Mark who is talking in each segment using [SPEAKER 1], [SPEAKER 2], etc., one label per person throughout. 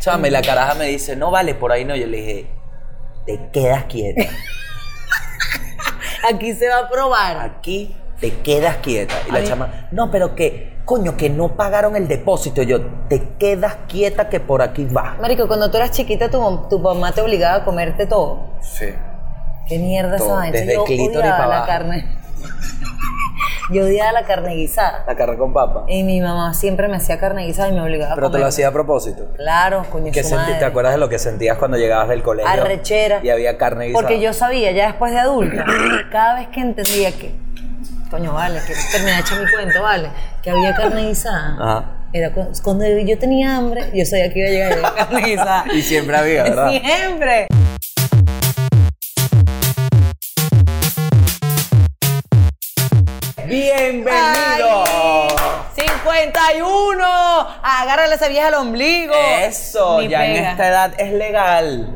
[SPEAKER 1] Chame, y la caraja me dice, no vale, por ahí no. Yo le dije, te quedas quieta.
[SPEAKER 2] Aquí se va a probar.
[SPEAKER 1] Aquí te quedas quieta. Y la chama, no, pero que, coño, que no pagaron el depósito. Yo, te quedas quieta que por aquí va.
[SPEAKER 2] Marico, cuando tú eras chiquita, tu, mam- tu mamá te obligaba a comerte todo.
[SPEAKER 1] Sí.
[SPEAKER 2] Qué mierda esa
[SPEAKER 1] Todo,
[SPEAKER 2] vaina.
[SPEAKER 1] desde
[SPEAKER 2] Yo
[SPEAKER 1] clítoris
[SPEAKER 2] odiaba
[SPEAKER 1] para
[SPEAKER 2] la
[SPEAKER 1] abajo.
[SPEAKER 2] carne. Yo odiaba la carne guisada.
[SPEAKER 1] La carrera con papa.
[SPEAKER 2] Y mi mamá siempre me hacía carne guisada y me obligaba a
[SPEAKER 1] Pero te
[SPEAKER 2] comer.
[SPEAKER 1] lo hacía a propósito.
[SPEAKER 2] Claro, coño,
[SPEAKER 1] ¿Qué
[SPEAKER 2] su
[SPEAKER 1] senti-
[SPEAKER 2] madre.
[SPEAKER 1] ¿Te acuerdas de lo que sentías cuando llegabas del colegio?
[SPEAKER 2] Arrechera.
[SPEAKER 1] Y había carne guisada.
[SPEAKER 2] Porque yo sabía, ya después de adulta, cada vez que entendía que, coño, vale, que terminé hecho mi cuento, vale, que había carne guisada,
[SPEAKER 1] Ajá.
[SPEAKER 2] era cu- cuando yo tenía hambre, yo sabía que iba a llegar y había carne guisada.
[SPEAKER 1] Y siempre había, ¿verdad?
[SPEAKER 2] Siempre.
[SPEAKER 1] ¡Bienvenido!
[SPEAKER 2] ¡51! Agárrale esa vieja al ombligo.
[SPEAKER 1] Eso,
[SPEAKER 2] Ni
[SPEAKER 1] ya en
[SPEAKER 2] pega.
[SPEAKER 1] esta edad es legal.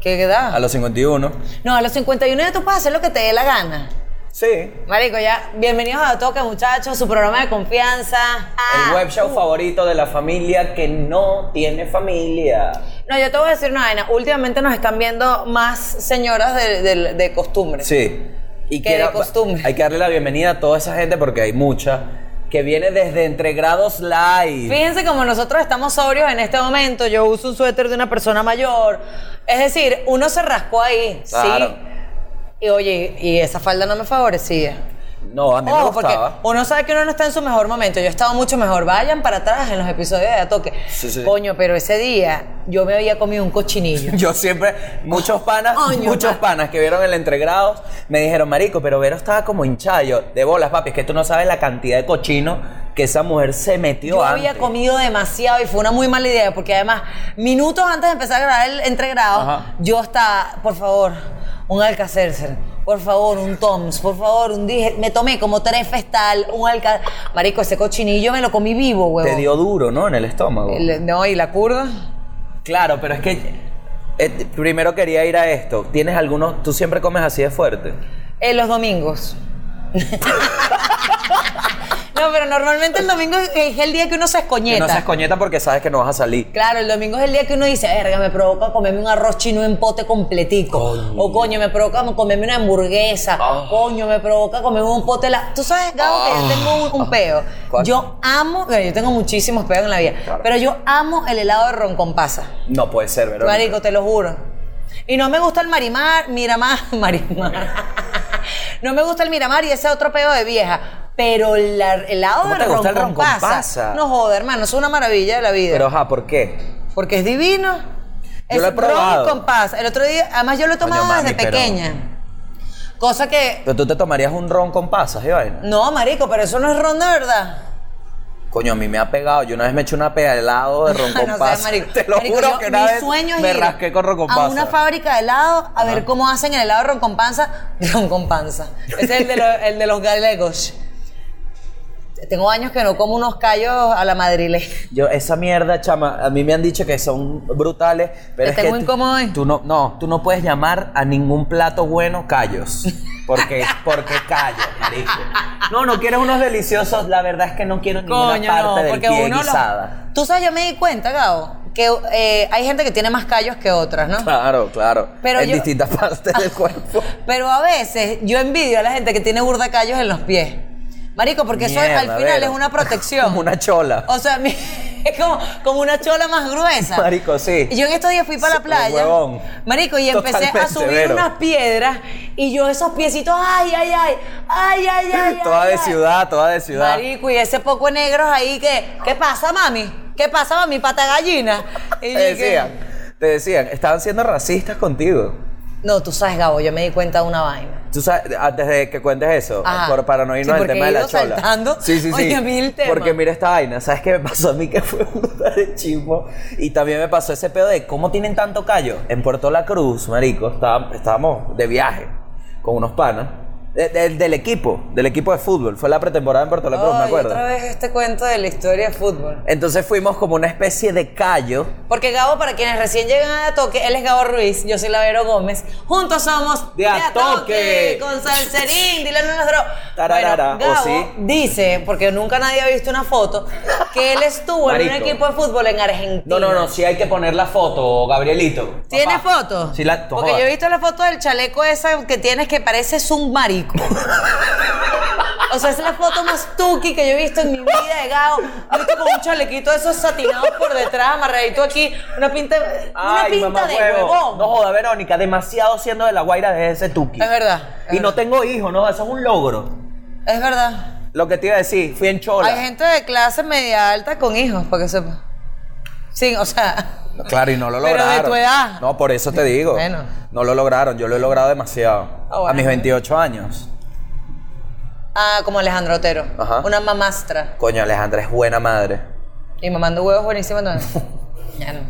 [SPEAKER 2] ¿Qué
[SPEAKER 1] A
[SPEAKER 2] edad?
[SPEAKER 1] los 51.
[SPEAKER 2] No, a los 51 ya tú puedes hacer lo que te dé la gana.
[SPEAKER 1] Sí.
[SPEAKER 2] Marico, ya, bienvenidos a Toque, muchachos, su programa de confianza. Ah.
[SPEAKER 1] El web show favorito de la familia que no tiene familia.
[SPEAKER 2] No, yo te voy a decir una vaina. Últimamente nos están viendo más señoras de, de- de costumbre.
[SPEAKER 1] Sí. Y
[SPEAKER 2] Que de costumbre.
[SPEAKER 1] Hay que darle la bienvenida a toda esa gente porque hay mucha que viene desde Entregrados Live.
[SPEAKER 2] Fíjense como nosotros estamos sobrios en este momento. Yo uso un suéter de una persona mayor. Es decir, uno se rascó ahí,
[SPEAKER 1] Claro.
[SPEAKER 2] ¿sí? Y oye, y esa falda no me favorecía.
[SPEAKER 1] No, a mí me
[SPEAKER 2] Ojo, Oh, porque
[SPEAKER 1] gustaba.
[SPEAKER 2] uno sabe que uno no está en su mejor momento. Yo he estado mucho mejor. Vayan para atrás en los episodios de A Toque.
[SPEAKER 1] Sí, sí.
[SPEAKER 2] Coño, pero ese día yo me había comido un cochinillo.
[SPEAKER 1] Yo siempre, muchos panas,
[SPEAKER 2] Coño,
[SPEAKER 1] muchos
[SPEAKER 2] ma-
[SPEAKER 1] panas que vieron el entregrados me dijeron, marico, pero Vero estaba como hinchada. Yo, de bolas, papi, es que tú no sabes la cantidad de cochino que esa mujer se metió
[SPEAKER 2] Yo
[SPEAKER 1] antes.
[SPEAKER 2] había comido demasiado y fue una muy mala idea porque además, minutos antes de empezar a grabar el entregrado,
[SPEAKER 1] Ajá.
[SPEAKER 2] yo estaba, por favor, un Alcacercer, por favor, un Toms, por favor, un dije, me tomé como tres festal, un Alcacercer. Marico, ese cochinillo me lo comí vivo, huevo.
[SPEAKER 1] Te dio duro, ¿no? En el estómago.
[SPEAKER 2] El- no, y la curva.
[SPEAKER 1] Claro, pero es que eh, primero quería ir a esto. ¿Tienes algunos? ¿Tú siempre comes así de fuerte?
[SPEAKER 2] En Eh, los domingos. no, pero normalmente el domingo es el día que uno se
[SPEAKER 1] Que
[SPEAKER 2] escoñeta.
[SPEAKER 1] no seas coñeta porque sabes que no vas a salir.
[SPEAKER 2] Claro, el domingo es el día que uno dice, verga, me provoca comerme un arroz chino en pote completico.
[SPEAKER 1] Coño.
[SPEAKER 2] O coño, me provoca comerme una hamburguesa.
[SPEAKER 1] Ah.
[SPEAKER 2] Coño, me provoca comerme un pote de la... Tú sabes, Gabo, que yo tengo un, un peo.
[SPEAKER 1] ¿Cuál?
[SPEAKER 2] Yo amo, bueno, yo tengo muchísimos peos en la vida,
[SPEAKER 1] Claro.
[SPEAKER 2] pero yo amo el helado de ron con pasa.
[SPEAKER 1] No puede ser, ¿verdad?
[SPEAKER 2] Marico, te lo juro. Y no me gusta el Marimar, Miramar, Marimar. no me gusta el Miramar y ese otro peo de vieja. Pero la- el helado
[SPEAKER 1] ¿Cómo
[SPEAKER 2] de
[SPEAKER 1] te
[SPEAKER 2] ron,
[SPEAKER 1] gusta el
[SPEAKER 2] con,
[SPEAKER 1] ron con
[SPEAKER 2] pasa,
[SPEAKER 1] pasa?
[SPEAKER 2] No joda, hermano, es una maravilla de la vida.
[SPEAKER 1] Pero ajá, ¿por qué?
[SPEAKER 2] Porque es divino.
[SPEAKER 1] Yo
[SPEAKER 2] es
[SPEAKER 1] lo he probado.
[SPEAKER 2] ron con paz. El otro día, además yo lo he
[SPEAKER 1] Coño,
[SPEAKER 2] tomado
[SPEAKER 1] mami,
[SPEAKER 2] desde
[SPEAKER 1] pero-
[SPEAKER 2] pequeña. Cosa que.
[SPEAKER 1] Pero tú te tomarías un ron con pasas y vaina.
[SPEAKER 2] No, marico, pero eso no es ron de verdad.
[SPEAKER 1] Coño, a mí me ha pegado. Yo una vez me eché una pega de helado de ron con
[SPEAKER 2] no
[SPEAKER 1] pasas.
[SPEAKER 2] sé, marico.
[SPEAKER 1] Te lo
[SPEAKER 2] Marico,
[SPEAKER 1] juro
[SPEAKER 2] yo-
[SPEAKER 1] que una
[SPEAKER 2] mi
[SPEAKER 1] vez
[SPEAKER 2] sueño es
[SPEAKER 1] me
[SPEAKER 2] ir
[SPEAKER 1] rasqué con ron con
[SPEAKER 2] A
[SPEAKER 1] pasas.
[SPEAKER 2] una fábrica de helado a ver cómo hacen el helado de ron con panza. Ron con panza. Ese es el de, los- el de los galegos. Tengo años que no como unos callos a la madrileña.
[SPEAKER 1] Yo, esa mierda, chama, a mí me han dicho que son brutales, pero
[SPEAKER 2] Te
[SPEAKER 1] es
[SPEAKER 2] tengo
[SPEAKER 1] que tú-
[SPEAKER 2] incómodo eh. hoy.
[SPEAKER 1] tú no, no, tú no puedes llamar a ningún plato bueno callos, porque porque callos, marico. No, no quieres unos deliciosos, la verdad es que no quiero ninguna
[SPEAKER 2] Coño,
[SPEAKER 1] parte
[SPEAKER 2] no,
[SPEAKER 1] del
[SPEAKER 2] porque
[SPEAKER 1] pie
[SPEAKER 2] uno lo-
[SPEAKER 1] guisada.
[SPEAKER 2] Tú sabes, yo me di cuenta, Gabo, que eh, hay gente que tiene más callos que otras, ¿no?
[SPEAKER 1] Claro, claro.
[SPEAKER 2] Pero
[SPEAKER 1] en
[SPEAKER 2] yo-
[SPEAKER 1] distintas partes del cuerpo.
[SPEAKER 2] Pero a veces yo envidio a la gente que tiene burda callos en los pies. Marico, porque eso
[SPEAKER 1] Mierda,
[SPEAKER 2] al final
[SPEAKER 1] Vero.
[SPEAKER 2] es una protección.
[SPEAKER 1] Como una chola.
[SPEAKER 2] O sea, mi- es como, como una chola más gruesa.
[SPEAKER 1] Marico, sí.
[SPEAKER 2] Y Yo en estos días fui para
[SPEAKER 1] Sí,
[SPEAKER 2] la playa.
[SPEAKER 1] huevón.
[SPEAKER 2] Marico, y empecé a
[SPEAKER 1] Totalmente,
[SPEAKER 2] subir
[SPEAKER 1] Vero.
[SPEAKER 2] unas piedras y yo esos piecitos, ay, ay, ay, ay, ay, ay.
[SPEAKER 1] toda
[SPEAKER 2] ay,
[SPEAKER 1] de
[SPEAKER 2] ay.
[SPEAKER 1] ciudad, toda de ciudad.
[SPEAKER 2] Marico, y ese poco de negros ahí que, ¿qué pasa, mami? ¿Qué pasa, mami? Pata gallina. Y
[SPEAKER 1] Te
[SPEAKER 2] yo dije,
[SPEAKER 1] decían, te decían, estaban siendo racistas contigo.
[SPEAKER 2] No, tú sabes, Gabo, yo me di cuenta de una vaina.
[SPEAKER 1] Tú sabes, antes de que cuentes eso,
[SPEAKER 2] Ajá.
[SPEAKER 1] por- para no irnos
[SPEAKER 2] Sí,
[SPEAKER 1] al
[SPEAKER 2] porque
[SPEAKER 1] tema
[SPEAKER 2] he
[SPEAKER 1] de la
[SPEAKER 2] ido
[SPEAKER 1] chola.
[SPEAKER 2] saltando.
[SPEAKER 1] Sí, sí, sí.
[SPEAKER 2] Oye, mil temas.
[SPEAKER 1] Porque mira esta vaina, ¿sabes qué me pasó a mí que fue un lugar de chismo? Y también me pasó ese pedo de cómo tienen tanto callo. En Puerto La Cruz, marico, está- estábamos de viaje con unos panas. De- de- del equipo, del equipo de fútbol. Fue la pretemporada en Puerto La Cruz, me
[SPEAKER 2] Ay,
[SPEAKER 1] acuerdo.
[SPEAKER 2] otra vez este cuento de la historia de fútbol.
[SPEAKER 1] Entonces fuimos como una especie de callo.
[SPEAKER 2] Porque Gabo, para quienes recién llegan a Toque, él es Gabo Ruiz, yo soy Lavero Gómez. Juntos somos
[SPEAKER 1] De A Toque.
[SPEAKER 2] con Salserín, Dylan Nosotros.
[SPEAKER 1] Tararara,
[SPEAKER 2] Bueno,
[SPEAKER 1] ¿o
[SPEAKER 2] Gabo
[SPEAKER 1] sí?
[SPEAKER 2] dice, porque nunca nadie ha visto una foto, que él estuvo en un
[SPEAKER 1] Marico.
[SPEAKER 2] equipo de fútbol en Argentina.
[SPEAKER 1] No, no, no, sí hay que poner la foto, Gabrielito.
[SPEAKER 2] ¿Tiene
[SPEAKER 1] Papá.
[SPEAKER 2] foto?
[SPEAKER 1] Sí, la
[SPEAKER 2] Porque yo he visto la foto del chaleco esa que tienes que pareces un marico. O sea, es la foto más tuki que yo he visto en mi vida de Gao. Yo he visto con un chalequito de esos satinados por detrás, amarradito aquí, una pinta, una
[SPEAKER 1] Ay,
[SPEAKER 2] pinta
[SPEAKER 1] mamá
[SPEAKER 2] de
[SPEAKER 1] huevo.
[SPEAKER 2] huevón.
[SPEAKER 1] No joda, Verónica, demasiado siendo de la guaira de ese tuki.
[SPEAKER 2] Es verdad. es
[SPEAKER 1] Y no
[SPEAKER 2] verdad.
[SPEAKER 1] tengo hijos, no, eso es un logro.
[SPEAKER 2] Es verdad.
[SPEAKER 1] Lo que te iba a decir, fui en Chola.
[SPEAKER 2] Hay gente de clase media alta con hijos, para que sepa. Sí, o sea.
[SPEAKER 1] No, Claro, y no lo
[SPEAKER 2] Pero de
[SPEAKER 1] lograron.
[SPEAKER 2] tu edad.
[SPEAKER 1] No, por eso te digo.
[SPEAKER 2] Bueno.
[SPEAKER 1] No lo lograron, yo lo he logrado demasiado.
[SPEAKER 2] Ah, bueno.
[SPEAKER 1] A mis 28 años.
[SPEAKER 2] Ah, como Alejandro Otero.
[SPEAKER 1] Ajá.
[SPEAKER 2] Una mamastra.
[SPEAKER 1] Coño, Alejandra es buena madre.
[SPEAKER 2] Y mamando huevos buenísimo también. ya no.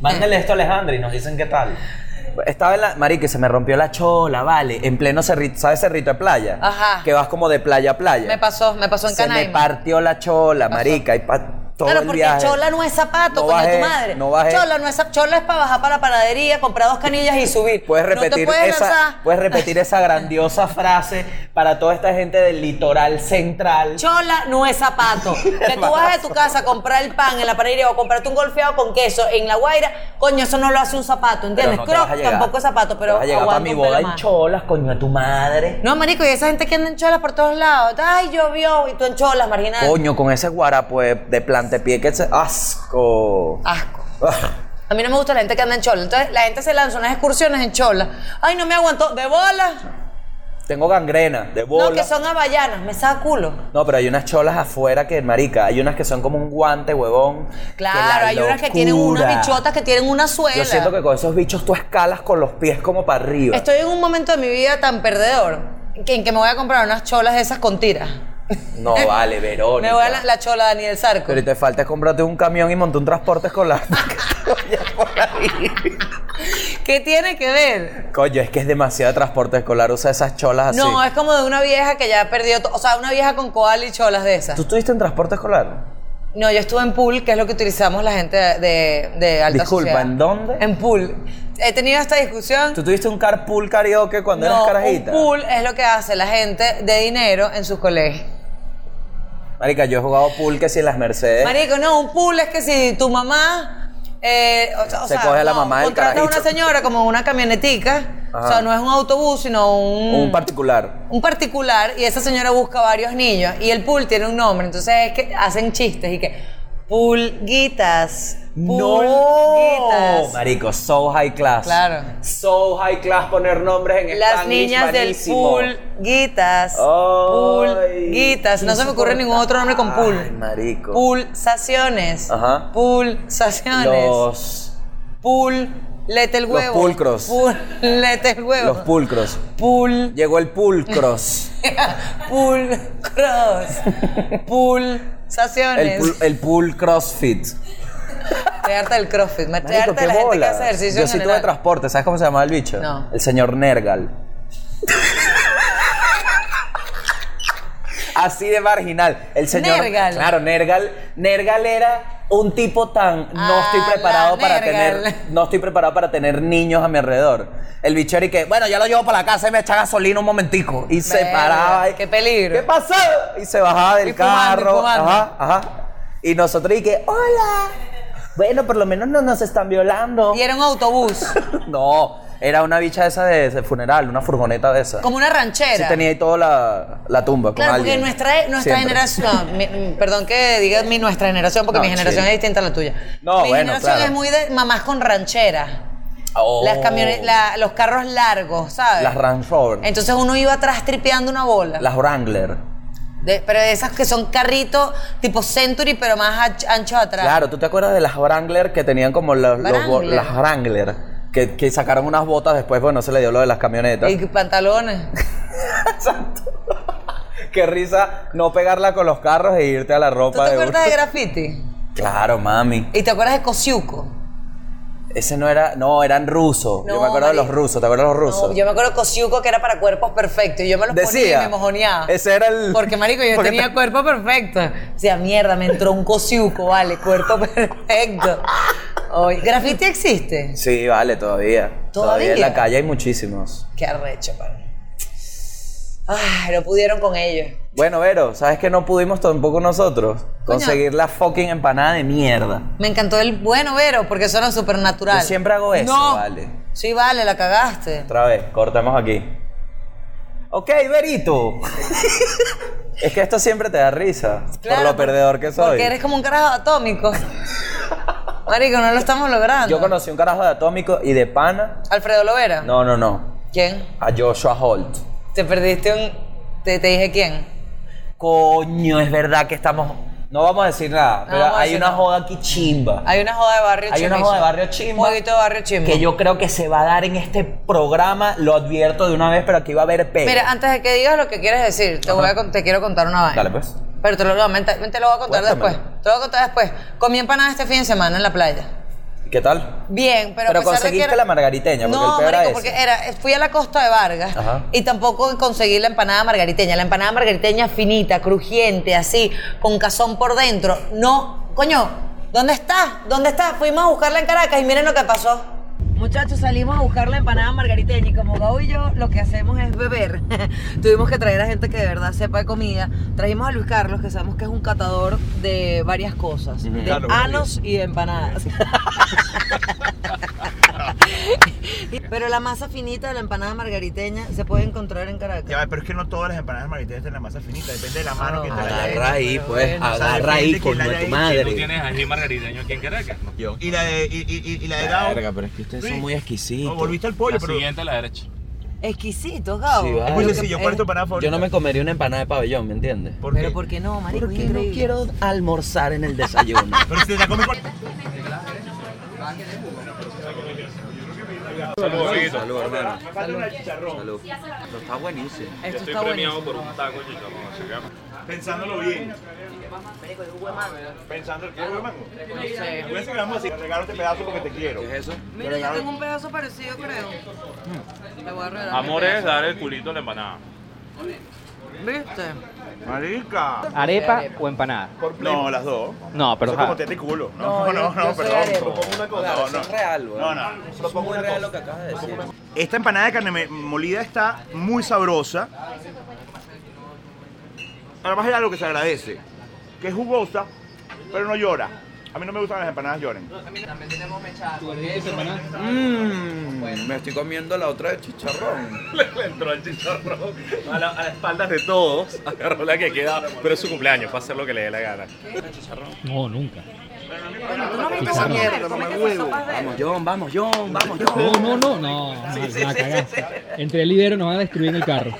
[SPEAKER 1] Mándale esto a Alejandra y nos dicen qué tal. Estaba en la. Marique, se me rompió la chola, vale. En pleno cerrito, ¿sabes cerrito de playa?
[SPEAKER 2] Ajá.
[SPEAKER 1] Que vas como de playa a playa.
[SPEAKER 2] Me pasó, me pasó en
[SPEAKER 1] Se me
[SPEAKER 2] Canaima.
[SPEAKER 1] partió la chola, marica. Y pa, todo
[SPEAKER 2] claro,
[SPEAKER 1] el
[SPEAKER 2] porque
[SPEAKER 1] viaje.
[SPEAKER 2] chola no es zapato,
[SPEAKER 1] No
[SPEAKER 2] coño,
[SPEAKER 1] bajé,
[SPEAKER 2] tu madre.
[SPEAKER 1] no bajé.
[SPEAKER 2] Chola, no es, zap- chola es para bajar para la panadería, comprar dos canillas y subir.
[SPEAKER 1] Puedes
[SPEAKER 2] no te
[SPEAKER 1] repetir,
[SPEAKER 2] puedes
[SPEAKER 1] esa,
[SPEAKER 2] lanzar.
[SPEAKER 1] puedes repetir esa grandiosa frase para toda esta gente del litoral central.
[SPEAKER 2] Chola no es zapato. Que tú vas de tu casa a comprar el pan en la panadería o comprarte un golfeado con queso en la guaira, coño, eso no lo hace un zapato,
[SPEAKER 1] Pero
[SPEAKER 2] ¿entiendes?
[SPEAKER 1] no te
[SPEAKER 2] Croc
[SPEAKER 1] vas a llegar.
[SPEAKER 2] tampoco es zapato,
[SPEAKER 1] Te
[SPEAKER 2] pero
[SPEAKER 1] vas a llegar para
[SPEAKER 2] aguanta
[SPEAKER 1] mi
[SPEAKER 2] un pelo
[SPEAKER 1] boda en
[SPEAKER 2] más.
[SPEAKER 1] cholas, coño, a tu madre.
[SPEAKER 2] No, marico, y esa gente que anda en cholas por todos lados. Ay, llovió, y tú en cholas, marginal.
[SPEAKER 1] Coño, con ese guarapo de, de plantepié que se. ¡Asco! Ah.
[SPEAKER 2] Asco. A mí no me gusta la gente que anda en chola. Entonces, la gente se lanza unas excursiones en chola. Ay, no me aguantó. De bola.
[SPEAKER 1] Tengo gangrena de bola.
[SPEAKER 2] No, que son avallanas, me saca culo.
[SPEAKER 1] No, pero hay unas cholas afuera que, marica, hay unas que son como un guante, huevón.
[SPEAKER 2] Claro, hay unas que tienen unas bichotas que tienen una suela.
[SPEAKER 1] Yo siento que con esos bichos tú escalas con los pies como para arriba.
[SPEAKER 2] Estoy en un momento de mi vida tan perdedor que en que me voy a comprar unas cholas de esas con tiras.
[SPEAKER 1] No vale, Verónica.
[SPEAKER 2] Me voy a la, la chola Daniel Sarco.
[SPEAKER 1] Pero te falta es comprarte un camión y montar un transporte escolar.
[SPEAKER 2] ¿Qué tiene que ver?
[SPEAKER 1] Coño, es que es demasiado transporte escolar usa esas cholas así.
[SPEAKER 2] No, es como de una vieja que ya perdió, to- o sea, una vieja con koala y cholas de esas.
[SPEAKER 1] ¿Tú estuviste en transporte escolar?
[SPEAKER 2] No, yo estuve en pool, que es lo que utilizamos la gente de, de alta
[SPEAKER 1] Disculpa,
[SPEAKER 2] sociedad.
[SPEAKER 1] ¿en dónde?
[SPEAKER 2] En pool. He tenido esta discusión.
[SPEAKER 1] ¿Tú tuviste un carpool karaoke cuando
[SPEAKER 2] no,
[SPEAKER 1] eras carajita?
[SPEAKER 2] un pool es lo que hace la gente de dinero en sus colegios.
[SPEAKER 1] Marica, yo he jugado pool que si en las Mercedes.
[SPEAKER 2] Marico, no, un pool es que si tu mamá. eh, o sea, o
[SPEAKER 1] Se
[SPEAKER 2] sea,
[SPEAKER 1] coge a la
[SPEAKER 2] no,
[SPEAKER 1] mamá del
[SPEAKER 2] contratas a una
[SPEAKER 1] carajito.
[SPEAKER 2] señora como una camionetica.
[SPEAKER 1] Ajá.
[SPEAKER 2] O sea, no es un autobús, sino un,
[SPEAKER 1] Un particular.
[SPEAKER 2] un particular. Y esa señora busca varios niños. Y el pool tiene un nombre. Entonces es que hacen chistes y que. Pulguitas. Pulguitas.
[SPEAKER 1] Marico, so high class.
[SPEAKER 2] Claro.
[SPEAKER 1] So high class poner nombres en
[SPEAKER 2] Las
[SPEAKER 1] Spanish
[SPEAKER 2] niñas del
[SPEAKER 1] malísimo.
[SPEAKER 2] pulguitas.
[SPEAKER 1] Ay,
[SPEAKER 2] Pulguitas. No se me ocurre ningún otro nombre con pool.
[SPEAKER 1] Ay, marico.
[SPEAKER 2] Pulsaciones.
[SPEAKER 1] Ajá.
[SPEAKER 2] Pulsaciones.
[SPEAKER 1] Los,
[SPEAKER 2] Pulete el
[SPEAKER 1] Los
[SPEAKER 2] huevo.
[SPEAKER 1] pulcros.
[SPEAKER 2] Pulete el huevo.
[SPEAKER 1] los pulcros.
[SPEAKER 2] Pul.
[SPEAKER 1] Llegó el pulcros.
[SPEAKER 2] Pulcros.
[SPEAKER 1] El,
[SPEAKER 2] Pulsaciones.
[SPEAKER 1] pul- el pool crossfit.
[SPEAKER 2] Estoy harta del crossfit. Me estoy
[SPEAKER 1] Marico,
[SPEAKER 2] harta
[SPEAKER 1] qué
[SPEAKER 2] de la gente que
[SPEAKER 1] bola.
[SPEAKER 2] hace ejercicio
[SPEAKER 1] Yo
[SPEAKER 2] en
[SPEAKER 1] sí tuve
[SPEAKER 2] general.
[SPEAKER 1] transporte. ¿Sabes cómo se llamaba el bicho?
[SPEAKER 2] No.
[SPEAKER 1] El señor Nergal. Así de marginal. El señor.
[SPEAKER 2] Nergal.
[SPEAKER 1] Claro, Nergal. Nergal era un tipo tan. No
[SPEAKER 2] Ah,
[SPEAKER 1] estoy preparado
[SPEAKER 2] la
[SPEAKER 1] para
[SPEAKER 2] Nergal.
[SPEAKER 1] tener. No estoy preparado para tener niños a mi alrededor. El bicho era y que, bueno, ya lo llevo para la casa y me echa gasolina un momentico. Y se
[SPEAKER 2] Verga,
[SPEAKER 1] paraba. y-
[SPEAKER 2] qué peligro.
[SPEAKER 1] ¿Qué pasó? Y se bajaba del
[SPEAKER 2] Y fumando, y
[SPEAKER 1] carro.
[SPEAKER 2] fumando.
[SPEAKER 1] Ajá. Ajá. Y nosotros y que, hola. Bueno, por lo menos no nos están violando.
[SPEAKER 2] Y era un autobús.
[SPEAKER 1] No, era una bicha esa de, de funeral, una furgoneta de esa.
[SPEAKER 2] Como una ranchera.
[SPEAKER 1] Sí tenía ahí toda la, la tumba con
[SPEAKER 2] Claro, porque
[SPEAKER 1] alguien.
[SPEAKER 2] nuestra, nuestra
[SPEAKER 1] Siempre.
[SPEAKER 2] generación, mi- mi- perdón que diga mi nuestra generación, porque
[SPEAKER 1] No,
[SPEAKER 2] mi generación
[SPEAKER 1] chill.
[SPEAKER 2] es distinta a la tuya.
[SPEAKER 1] No,
[SPEAKER 2] mi
[SPEAKER 1] bueno,
[SPEAKER 2] generación
[SPEAKER 1] claro.
[SPEAKER 2] es muy de mamás con ranchera.
[SPEAKER 1] Oh.
[SPEAKER 2] Las camiones, la- los carros largos, ¿sabes?
[SPEAKER 1] Las Range Rover.
[SPEAKER 2] Entonces uno iba atrás tripeando una bola.
[SPEAKER 1] Las Wrangler.
[SPEAKER 2] De- pero de esas que son carritos tipo Century, pero más anch- anchos atrás.
[SPEAKER 1] Claro, ¿tú te acuerdas de las Wrangler que tenían como los, los bo-
[SPEAKER 2] Wrangler.
[SPEAKER 1] las Wrangler? Que, que sacaron unas botas después, bueno, se le dio lo de las camionetas.
[SPEAKER 2] Y pantalones.
[SPEAKER 1] Qué risa no pegarla con los carros e irte a la
[SPEAKER 2] ¿Tú
[SPEAKER 1] ropa
[SPEAKER 2] te
[SPEAKER 1] de uno.
[SPEAKER 2] acuerdas de graffiti?
[SPEAKER 1] Claro, mami.
[SPEAKER 2] ¿Y te acuerdas de Cosiuco?
[SPEAKER 1] Ese no era. No, eran rusos. yo
[SPEAKER 2] No,
[SPEAKER 1] me acuerdo de los
[SPEAKER 2] marico.
[SPEAKER 1] rusos. ¿Te acuerdas de los rusos?
[SPEAKER 2] No, yo me acuerdo Cosiuco que era para cuerpos perfectos. Y yo me los ponía y me mojoneaba.
[SPEAKER 1] Ese era el.
[SPEAKER 2] Porque, marico, yo
[SPEAKER 1] Porque
[SPEAKER 2] tenía
[SPEAKER 1] te-
[SPEAKER 2] cuerpo perfecto. O sea, mierda, me entró un cosiuco, vale, cuerpo perfecto. Oye, ¿Graffiti existe?
[SPEAKER 1] Sí, vale, todavía.
[SPEAKER 2] ¿Todavía?
[SPEAKER 1] en la calle hay muchísimos.
[SPEAKER 2] Qué arrecho, padre. Ay, no pudieron con ellos.
[SPEAKER 1] Bueno, Vero, ¿sabes que no pudimos tampoco nosotros conseguir la fucking empanada de mierda?
[SPEAKER 2] Me encantó el bueno Vero, porque suena supernatural.
[SPEAKER 1] Yo siempre hago eso,
[SPEAKER 2] No.
[SPEAKER 1] vale.
[SPEAKER 2] Sí, vale, la cagaste.
[SPEAKER 1] Otra vez, cortamos aquí. Ok, Verito. es que esto siempre te da risa. por lo
[SPEAKER 2] por-
[SPEAKER 1] perdedor que soy.
[SPEAKER 2] Porque eres como un carajo atómico. Marico, no lo estamos logrando.
[SPEAKER 1] Yo conocí un carajo de atómico y de pana.
[SPEAKER 2] ¿Alfredo Lovera?
[SPEAKER 1] No, no, no.
[SPEAKER 2] ¿Quién?
[SPEAKER 1] A Joshua Holt.
[SPEAKER 2] Te perdiste un... Te, te dije quién.
[SPEAKER 1] Coño, es verdad que estamos. No vamos a decir nada, pero
[SPEAKER 2] vamos a
[SPEAKER 1] hay
[SPEAKER 2] decir
[SPEAKER 1] una
[SPEAKER 2] nada.
[SPEAKER 1] joda aquí chimba.
[SPEAKER 2] Hay una joda de barrio
[SPEAKER 1] Hay una
[SPEAKER 2] chimba.
[SPEAKER 1] joda de barrio chimba.
[SPEAKER 2] Jueguito de barrio chimba.
[SPEAKER 1] que yo creo que se va a dar en este programa, lo advierto de una vez, pero aquí va a haber pego.
[SPEAKER 2] Mira, antes de que digas lo que quieres decir, te, voy a, con- te quiero contar una vaina.
[SPEAKER 1] Dale, pues.
[SPEAKER 2] Pero te lo, no, men- te, te lo voy a contar
[SPEAKER 1] Cuéntamelo.
[SPEAKER 2] después. Te lo voy a contar después. Comí empanada este fin de semana en la playa.
[SPEAKER 1] ¿Qué tal?
[SPEAKER 2] Bien, pero,
[SPEAKER 1] Pero
[SPEAKER 2] a pesar de
[SPEAKER 1] conseguiste
[SPEAKER 2] que era-
[SPEAKER 1] la margariteña, porque
[SPEAKER 2] no,
[SPEAKER 1] el peor era
[SPEAKER 2] marico,
[SPEAKER 1] ese.
[SPEAKER 2] porque era, fui a la costa de Vargas
[SPEAKER 1] Ajá.
[SPEAKER 2] y tampoco conseguí la empanada margariteña. La empanada margariteña finita, crujiente, así, con cazón por dentro. No, coño, ¿dónde está? ¿Dónde está? Fuimos a buscarla en Caracas y miren lo que pasó. Muchachos, salimos a buscar la empanada margariteña y como Gabo y yo lo que hacemos es beber. Tuvimos que traer a gente que de verdad sepa de comida. Trajimos a Luis Carlos, que sabemos que es un catador de varias cosas, de anos y de empanadas. Pero la masa finita de la empanada margariteña se puede encontrar en Caracas.
[SPEAKER 3] Ya va, pero es que no todas las empanadas margariteñas tienen la masa finita, depende de la mano
[SPEAKER 1] Ah,
[SPEAKER 3] que te la
[SPEAKER 1] Agarra
[SPEAKER 3] haya
[SPEAKER 1] ahí, pues,
[SPEAKER 3] bueno, ¿sabes?
[SPEAKER 1] agarra ahí,
[SPEAKER 3] Depende
[SPEAKER 1] con
[SPEAKER 3] de quién la
[SPEAKER 1] tu
[SPEAKER 3] haya
[SPEAKER 4] Si no
[SPEAKER 1] madre.
[SPEAKER 4] tienes ají margariteño aquí en Caracas.
[SPEAKER 3] hecho. Y la de, y, y- y- y la de Gao.
[SPEAKER 1] pero es que ustedes
[SPEAKER 3] son muy
[SPEAKER 1] exquisitos.
[SPEAKER 3] No, volviste al
[SPEAKER 4] La
[SPEAKER 3] pollo, pero.
[SPEAKER 4] siguiente a la derecha.
[SPEAKER 2] Exquisito, Gabo.
[SPEAKER 1] Sí, vale.
[SPEAKER 3] Es
[SPEAKER 1] Lo
[SPEAKER 3] muy
[SPEAKER 1] que
[SPEAKER 3] sencillo, ¿cuál es tu empanada favorita?
[SPEAKER 1] Yo no me comería una empanada de pabellón, ¿me entiendes?
[SPEAKER 3] ¿Por
[SPEAKER 2] Pero
[SPEAKER 3] qué?
[SPEAKER 2] ¿por qué no, marico? Es increíble.
[SPEAKER 1] almorzar en el desayuno.
[SPEAKER 3] Pero si te la comes con.
[SPEAKER 1] Salud, hermano. Salud. Pero está buenísimo.
[SPEAKER 2] Esto está buenísimo.
[SPEAKER 4] por un taco chicharrón.
[SPEAKER 3] Pensándolo bien. Pensando el que es huevo de mango. Cuídense que vamos así. Te regalo este pedazo porque te quiero.
[SPEAKER 1] ¿Qué es eso?
[SPEAKER 2] Mira, yo tengo un pedazo parecido, creo. Te voy a regalar.
[SPEAKER 4] Amor es dar el culito a la empanada.
[SPEAKER 2] ¿Viste?
[SPEAKER 3] Marica.
[SPEAKER 5] ¿Arepa o empanada?
[SPEAKER 3] No, las dos.
[SPEAKER 5] No, pero
[SPEAKER 3] Eso es como
[SPEAKER 5] ajá.
[SPEAKER 3] tete y culo.
[SPEAKER 2] No,
[SPEAKER 3] No,
[SPEAKER 2] yo-
[SPEAKER 3] no, no,
[SPEAKER 2] yo soy
[SPEAKER 3] perdón.
[SPEAKER 2] arepa.
[SPEAKER 3] Propongo una cosa.
[SPEAKER 1] Claro,
[SPEAKER 3] No,
[SPEAKER 1] eso es real, güey.
[SPEAKER 3] No, no. Propongo
[SPEAKER 1] muy
[SPEAKER 3] una
[SPEAKER 1] real
[SPEAKER 3] cosa.
[SPEAKER 1] lo que acabas de decir.
[SPEAKER 3] Esta empanada de carne me- molida está muy sabrosa. Además hay algo que se agradece, que es jugosa, pero no llora. A mí no me gustan las empanadas lloren.
[SPEAKER 1] Mmm, me estoy comiendo la otra de chicharrón.
[SPEAKER 4] Le entró el chicharrón a, la- a las espaldas de todos. Agarró la que queda. Pero es su cumpleaños, para hacer lo que le dé la gana.
[SPEAKER 5] No, nunca.
[SPEAKER 2] Tú no viste esa mierda, comiste esas sopas de...
[SPEAKER 1] Vamos, John, vamos, John, vamos, John.
[SPEAKER 5] No, no, no, no. la cagaste. Entre el ibero nos van a destruir en el carro.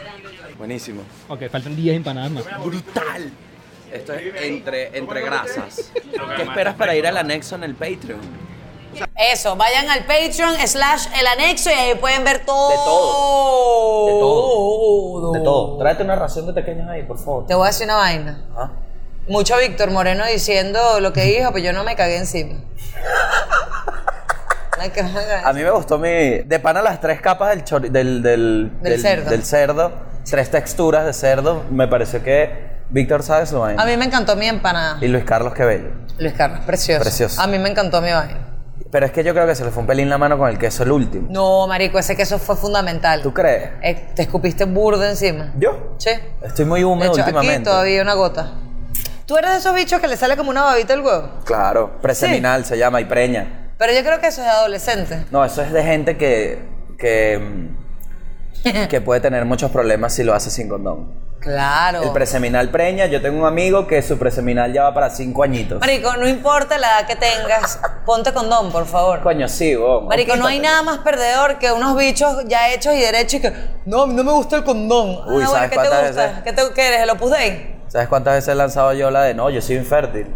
[SPEAKER 1] Buenísimo.
[SPEAKER 5] Ok, faltan 10 empanadas más.
[SPEAKER 1] Brutal. Esto es entre, entre grasas. ¿Qué esperas para ir al anexo en el Patreon?
[SPEAKER 2] Eso, vayan al Patreon slash el anexo y ahí pueden ver todo.
[SPEAKER 1] De todo. De todo.
[SPEAKER 2] De
[SPEAKER 1] Tráete una ración de pequeños ahí, por favor.
[SPEAKER 2] Te voy a decir una vaina.
[SPEAKER 1] Ajá.
[SPEAKER 2] Mucho Víctor Moreno diciendo lo que dijo, pues yo no me cagué encima. No que me cagué.
[SPEAKER 1] A mí me gustó mi. De pana las tres capas del, chori- del, del,
[SPEAKER 2] Del cerdo.
[SPEAKER 1] del cerdo, Tres texturas de cerdo. Me pareció que Víctor sabe su vaina.
[SPEAKER 2] A mí me encantó mi empanada.
[SPEAKER 1] Y Luis Carlos, qué bello.
[SPEAKER 2] Luis Carlos, precioso.
[SPEAKER 1] Precioso.
[SPEAKER 2] A mí me encantó mi vaina.
[SPEAKER 1] Pero es que yo creo que se le fue un pelín la mano con el queso el último.
[SPEAKER 2] No, marico, ese queso fue fundamental.
[SPEAKER 1] ¿Tú crees?
[SPEAKER 2] Eh, te escupiste burdo encima.
[SPEAKER 1] ¿Yo?
[SPEAKER 2] Sí.
[SPEAKER 1] Estoy muy
[SPEAKER 2] De
[SPEAKER 1] húmedo
[SPEAKER 2] hecho,
[SPEAKER 1] últimamente.
[SPEAKER 2] aquí todavía una gota. Tú eres de esos bichos que le sale como una babita el huevo.
[SPEAKER 1] Claro, preseminal se llama y preña.
[SPEAKER 2] Pero yo creo que eso es de adolescente.
[SPEAKER 1] No, eso es de gente que, que, mm, que puede tener muchos problemas si lo hace sin condón.
[SPEAKER 2] Claro.
[SPEAKER 1] El preseminal preña, yo tengo un amigo que su preseminal ya va para cinco añitos.
[SPEAKER 2] Marico, no importa la edad que tengas, ponte condón, por favor.
[SPEAKER 1] Coño, sí, vos.
[SPEAKER 2] Marico, no hay nada más perdedor que unos bichos ya hechos y derechos y que no, no me gusta el condón.
[SPEAKER 1] Uy,
[SPEAKER 2] ah, bueno,
[SPEAKER 1] ¿sabes
[SPEAKER 2] ¿qué
[SPEAKER 1] cuántas
[SPEAKER 2] te gusta?
[SPEAKER 1] veces?
[SPEAKER 2] ¿Qué, te, qué eres? ¿El Opus Dei?
[SPEAKER 1] ¿Sabes cuántas veces he lanzado yo la de no, yo soy infértil?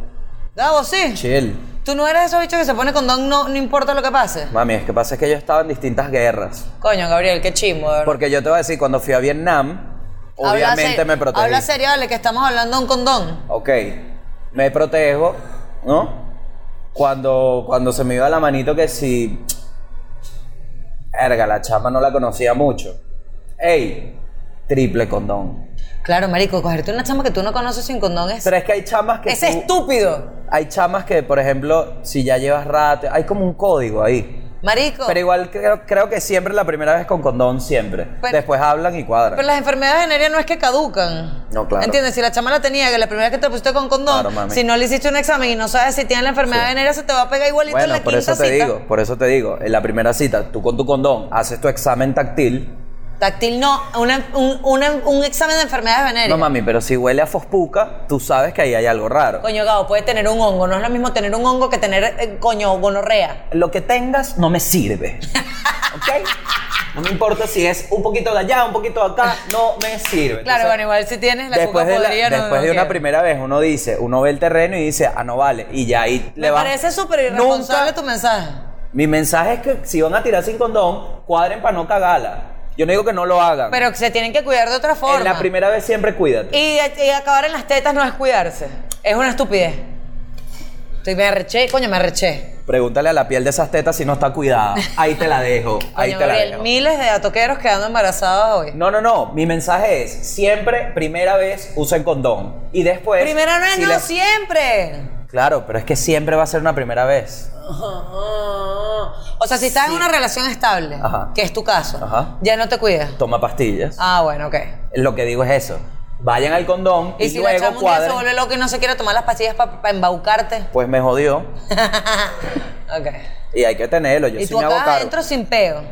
[SPEAKER 2] Gabo, sí.
[SPEAKER 1] Chill.
[SPEAKER 2] Tú no eres de esos bichos que se pone condón, no, no importa lo que pase.
[SPEAKER 1] Mami, es que pasa es que yo estaba en distintas guerras.
[SPEAKER 2] Coño, Gabriel, qué chimbo, de verdad.
[SPEAKER 1] Porque yo te voy a decir, cuando fui a Vietnam,
[SPEAKER 2] Habla
[SPEAKER 1] obviamente
[SPEAKER 2] se-
[SPEAKER 1] me protegí.
[SPEAKER 2] Habla serio, vale, que estamos hablando de un condón.
[SPEAKER 1] Ok, me protejo, ¿no? cuando, cuando se me iba la manito que si... Erga, la chama no la conocía mucho. Ey, triple condón.
[SPEAKER 2] Claro, marico, cogerte una chama que tú no conoces sin condón es,
[SPEAKER 1] Pero es que hay chamas que...
[SPEAKER 2] es
[SPEAKER 1] tú-
[SPEAKER 2] estúpido.
[SPEAKER 1] Hay chamas que, por ejemplo, si ya llevas rato... Hay como un código ahí.
[SPEAKER 2] Marico,
[SPEAKER 1] Pero igual creo, creo que siempre la primera vez con condón, siempre.
[SPEAKER 2] Pero-
[SPEAKER 1] Después hablan y cuadran.
[SPEAKER 2] pero las enfermedades venéreas no es que caducan.
[SPEAKER 1] No, claro.
[SPEAKER 2] ¿Entiendes? Si la chama la tenía, que la primera vez que te pusiste con condón,
[SPEAKER 1] Claro, mami.
[SPEAKER 2] si no le hiciste un examen y no sabes si tienes la enfermedad venérea, se te va a pegar igualito en
[SPEAKER 1] Bueno,
[SPEAKER 2] la
[SPEAKER 1] por
[SPEAKER 2] quinta
[SPEAKER 1] eso te
[SPEAKER 2] cita.
[SPEAKER 1] digo, por eso te digo, en la primera cita, tú con tu condón haces tu examen táctil.
[SPEAKER 2] Táctil no, una- un, una- un examen de enfermedades venéreas.
[SPEAKER 1] No mami, pero si huele a fospuca, tú sabes que ahí hay algo raro.
[SPEAKER 2] Coño, Gabo, puede tener un hongo. No es lo mismo tener un hongo que tener, eh, coño, gonorrea.
[SPEAKER 1] Lo que tengas no me sirve. ¿Ok? No me importa si es un poquito de allá, un poquito de acá, no me sirve.
[SPEAKER 2] Claro,
[SPEAKER 1] Entonces,
[SPEAKER 2] bueno, igual si tienes la
[SPEAKER 1] después
[SPEAKER 2] cuca
[SPEAKER 1] de, la-
[SPEAKER 2] podrida, no-
[SPEAKER 1] después
[SPEAKER 2] no
[SPEAKER 1] de una
[SPEAKER 2] quiero.
[SPEAKER 1] primera vez uno dice, uno ve el terreno y dice, ah, no vale. Y ya ahí
[SPEAKER 2] Me
[SPEAKER 1] le va.
[SPEAKER 2] parece súper irresponsable tu mensaje.
[SPEAKER 1] Mi mensaje es que si van a tirar sin condón, cuadren para no cagarla. Yo no digo que no lo hagan.
[SPEAKER 2] Pero que se tienen que cuidar de otra forma.
[SPEAKER 1] en la primera vez siempre cuídate.
[SPEAKER 2] y, y acabar en las tetas no es cuidarse. Es una estupidez. Estoy, me arreché, coño, me arreché.
[SPEAKER 1] Pregúntale a la piel de esas tetas si no está cuidada. Ahí te la dejo. Ahí
[SPEAKER 2] Coño,
[SPEAKER 1] te la
[SPEAKER 2] Gabriel,
[SPEAKER 1] dejo.
[SPEAKER 2] miles de atoqueros quedando embarazados hoy.
[SPEAKER 1] No, no, no. Mi mensaje es siempre, primera vez, usen condón. Y después.
[SPEAKER 2] Primera vez,
[SPEAKER 1] si
[SPEAKER 2] no,
[SPEAKER 1] le-
[SPEAKER 2] siempre.
[SPEAKER 1] Claro, pero es que siempre va a ser una primera vez.
[SPEAKER 2] O sea, si estás en una relación estable,
[SPEAKER 1] Ajá.
[SPEAKER 2] que es tu caso,
[SPEAKER 1] Ajá.
[SPEAKER 2] ya no te cuidas.
[SPEAKER 1] Toma pastillas.
[SPEAKER 2] Ah, bueno, ok.
[SPEAKER 1] Lo que digo es eso. Vayan al condón y,
[SPEAKER 2] Y, si la
[SPEAKER 1] luego
[SPEAKER 2] chama un día se
[SPEAKER 1] cuadren.
[SPEAKER 2] vuelve loca y no se quiere tomar las pastillas para embaucarte.
[SPEAKER 1] Pues me jodió.
[SPEAKER 2] Ok.
[SPEAKER 1] Y hay que tenerlo. Yo
[SPEAKER 2] y
[SPEAKER 1] sí
[SPEAKER 2] tú
[SPEAKER 1] me hago
[SPEAKER 2] acá
[SPEAKER 1] cargo.
[SPEAKER 2] adentro sin peo.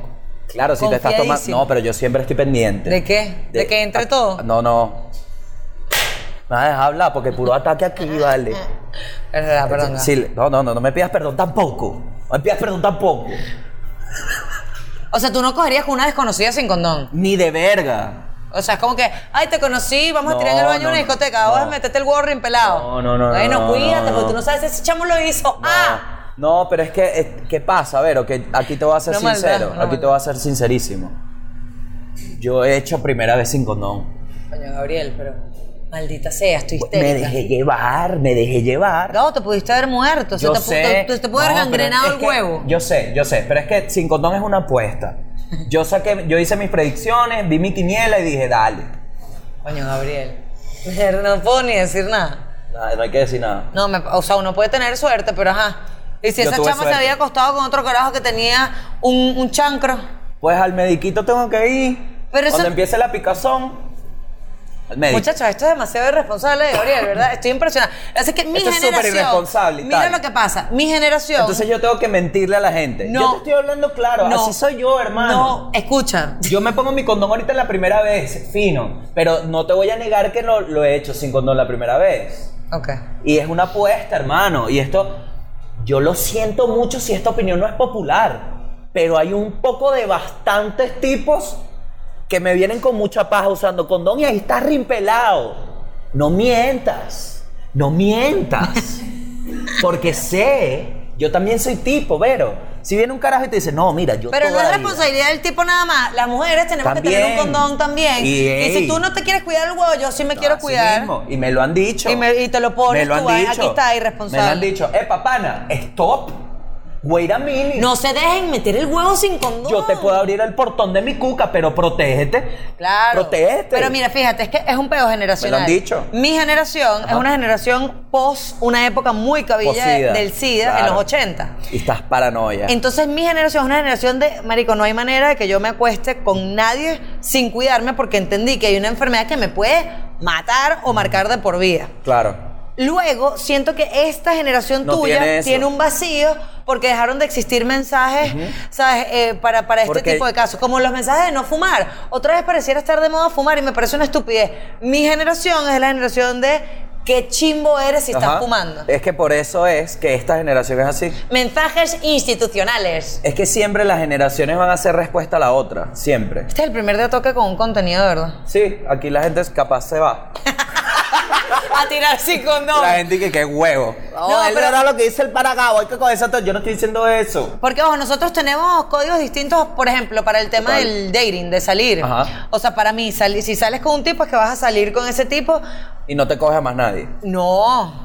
[SPEAKER 1] Claro, si te estás tomando.
[SPEAKER 2] Confiadísimo.
[SPEAKER 1] No, pero yo siempre estoy pendiente.
[SPEAKER 2] ¿De qué? ¿De que entre
[SPEAKER 1] a-
[SPEAKER 2] todo?
[SPEAKER 1] No, no. Me vas a dejar hablar porque puro ataque aquí, vale.
[SPEAKER 2] Es verdad, Ah, perdón.
[SPEAKER 1] Este,
[SPEAKER 2] ah.
[SPEAKER 1] Sí, no, no, no, no me pidas perdón tampoco. No me pidas perdón tampoco.
[SPEAKER 2] O sea, tú no cogerías con una desconocida sin condón.
[SPEAKER 1] Ni de verga.
[SPEAKER 2] O sea, es como que, ay, te conocí, vamos a
[SPEAKER 1] No,
[SPEAKER 2] tirar en el baño de
[SPEAKER 1] no,
[SPEAKER 2] una
[SPEAKER 1] no,
[SPEAKER 2] discoteca, vas a
[SPEAKER 1] no.
[SPEAKER 2] meterte el gorro impelado.
[SPEAKER 1] No, no, no, no,
[SPEAKER 2] Bueno,
[SPEAKER 1] no,
[SPEAKER 2] cuídate,
[SPEAKER 1] no,
[SPEAKER 2] porque
[SPEAKER 1] no.
[SPEAKER 2] tú no sabes si ese chamo lo hizo.
[SPEAKER 1] No.
[SPEAKER 2] ¡Ah!
[SPEAKER 1] No, pero es que, eh, ¿qué pasa? A ver, ok, aquí te voy a ser
[SPEAKER 2] No maldad,
[SPEAKER 1] sincero.
[SPEAKER 2] no
[SPEAKER 1] aquí te
[SPEAKER 2] maldad.
[SPEAKER 1] voy a ser sincerísimo. Yo he hecho primera vez sin condón.
[SPEAKER 2] Coño, Gabriel, pero maldita sea, estoy histérica.
[SPEAKER 1] Me dejé llevar, me dejé llevar.
[SPEAKER 2] No, te pudiste haber muerto. se
[SPEAKER 1] Yo
[SPEAKER 2] te, pu-
[SPEAKER 1] sé.
[SPEAKER 2] te, te puede haber
[SPEAKER 1] No, pero
[SPEAKER 2] gangrenado
[SPEAKER 1] es
[SPEAKER 2] el
[SPEAKER 1] que-
[SPEAKER 2] huevo.
[SPEAKER 1] Yo sé, yo sé, pero es que sin condón es una apuesta. Yo saqué, yo hice mis predicciones, vi mi quiniela y dije, dale.
[SPEAKER 2] Coño, Gabriel. No puedo ni decir nada.
[SPEAKER 1] Nada, No hay que decir nada.
[SPEAKER 2] No, me- o sea, uno puede tener suerte, pero ajá. Y si
[SPEAKER 1] Yo
[SPEAKER 2] esa
[SPEAKER 1] tuve
[SPEAKER 2] chama se
[SPEAKER 1] suerte.
[SPEAKER 2] había acostado con otro carajo que tenía un, un chancro.
[SPEAKER 1] Pues al mediquito tengo que ir.
[SPEAKER 2] Pero eso-
[SPEAKER 1] Cuando empiece la picazón, al médico.
[SPEAKER 2] Muchachos, esto es demasiado irresponsable de Gabriel, ¿verdad? Estoy impresionada. Así que mi
[SPEAKER 1] Esto es súper
[SPEAKER 2] generación.
[SPEAKER 1] irresponsable y
[SPEAKER 2] mira
[SPEAKER 1] tal.
[SPEAKER 2] lo que pasa. Mi generación.
[SPEAKER 1] Entonces yo tengo que mentirle a la gente.
[SPEAKER 2] No.
[SPEAKER 1] Yo te estoy hablando claro,
[SPEAKER 2] No.
[SPEAKER 1] así soy yo, hermano.
[SPEAKER 2] No, escucha.
[SPEAKER 1] Yo me pongo mi condón ahorita la primera vez, fino. Pero no te voy a negar que lo, lo he hecho sin condón la primera vez.
[SPEAKER 2] Ok.
[SPEAKER 1] Y es una apuesta, hermano. Y esto, yo lo siento mucho si esta opinión no es popular. Pero hay un poco de bastantes tipos que me vienen con mucha paja usando condón y ahí estás rimpelado. No mientas. No mientas. Porque sé, yo también soy tipo, Vero. Si viene un carajo y te dice, no, mira, yo
[SPEAKER 2] Pero no
[SPEAKER 1] toda
[SPEAKER 2] es
[SPEAKER 1] la vida".
[SPEAKER 2] responsabilidad del tipo nada más. Las mujeres tenemos que tener un
[SPEAKER 1] También.
[SPEAKER 2] condón también.
[SPEAKER 1] Y,
[SPEAKER 2] si
[SPEAKER 1] ey.
[SPEAKER 2] tú no te quieres cuidar el huevo, yo sí me
[SPEAKER 1] No,
[SPEAKER 2] quiero
[SPEAKER 1] así
[SPEAKER 2] cuidar.
[SPEAKER 1] mismo. Y me lo han dicho.
[SPEAKER 2] Y me- y te lo pones
[SPEAKER 1] Me lo han
[SPEAKER 2] tú, ah,
[SPEAKER 1] dicho.
[SPEAKER 2] aquí está, irresponsable.
[SPEAKER 1] Me lo han dicho. Epa, pana, stop. Wait a minute.
[SPEAKER 2] No se dejen meter el huevo sin condón.
[SPEAKER 1] Yo te puedo abrir el portón de mi cuca, pero protégete.
[SPEAKER 2] Claro.
[SPEAKER 1] Protégete.
[SPEAKER 2] Pero mira, fíjate, es que es un pedo
[SPEAKER 1] Me
[SPEAKER 2] generacional.
[SPEAKER 1] lo han dicho.
[SPEAKER 2] Mi generación es una generación post una época muy cabilla de-
[SPEAKER 1] Posida,
[SPEAKER 2] del SIDA en
[SPEAKER 1] claro.
[SPEAKER 2] los 80.
[SPEAKER 1] Y estás paranoia.
[SPEAKER 2] Entonces mi generación es una generación de, marico, no hay manera de que yo me acueste con nadie sin cuidarme porque entendí que hay una enfermedad que me puede matar o marcar de por vida.
[SPEAKER 1] claro.
[SPEAKER 2] Luego, siento que esta generación
[SPEAKER 1] No
[SPEAKER 2] tuya
[SPEAKER 1] tiene eso.
[SPEAKER 2] un vacío porque dejaron de existir mensajes, ¿sabes? Eh, para, para este
[SPEAKER 1] Porque-
[SPEAKER 2] tipo de casos. Como los mensajes de no fumar. Otra vez pareciera estar de moda fumar y me parece una estupidez. Mi generación es la generación de qué chimbo eres si
[SPEAKER 1] Ajá.
[SPEAKER 2] estás fumando.
[SPEAKER 1] Es que por eso es que esta generación es así.
[SPEAKER 2] Mensajes institucionales.
[SPEAKER 1] Es que siempre las generaciones van a hacer respuesta a la otra. Siempre.
[SPEAKER 2] Este es el primer de toque con un contenido, de ¿verdad?
[SPEAKER 1] Sí, aquí la gente es capaz se va.
[SPEAKER 2] A tirar sin condón.
[SPEAKER 1] La gente que qué huevo.
[SPEAKER 2] No,
[SPEAKER 1] No, él
[SPEAKER 2] pero-
[SPEAKER 1] era lo que dice el paragabo. Hay que con eso todo. Yo no estoy diciendo eso.
[SPEAKER 2] Porque, ojo, nosotros tenemos códigos distintos, por ejemplo, para el tema
[SPEAKER 1] Total.
[SPEAKER 2] del dating, de salir.
[SPEAKER 1] Ajá.
[SPEAKER 2] O sea, para mí, sali- si sales con un tipo es que vas a salir con ese tipo.
[SPEAKER 1] Y no te coge a más nadie.
[SPEAKER 2] No.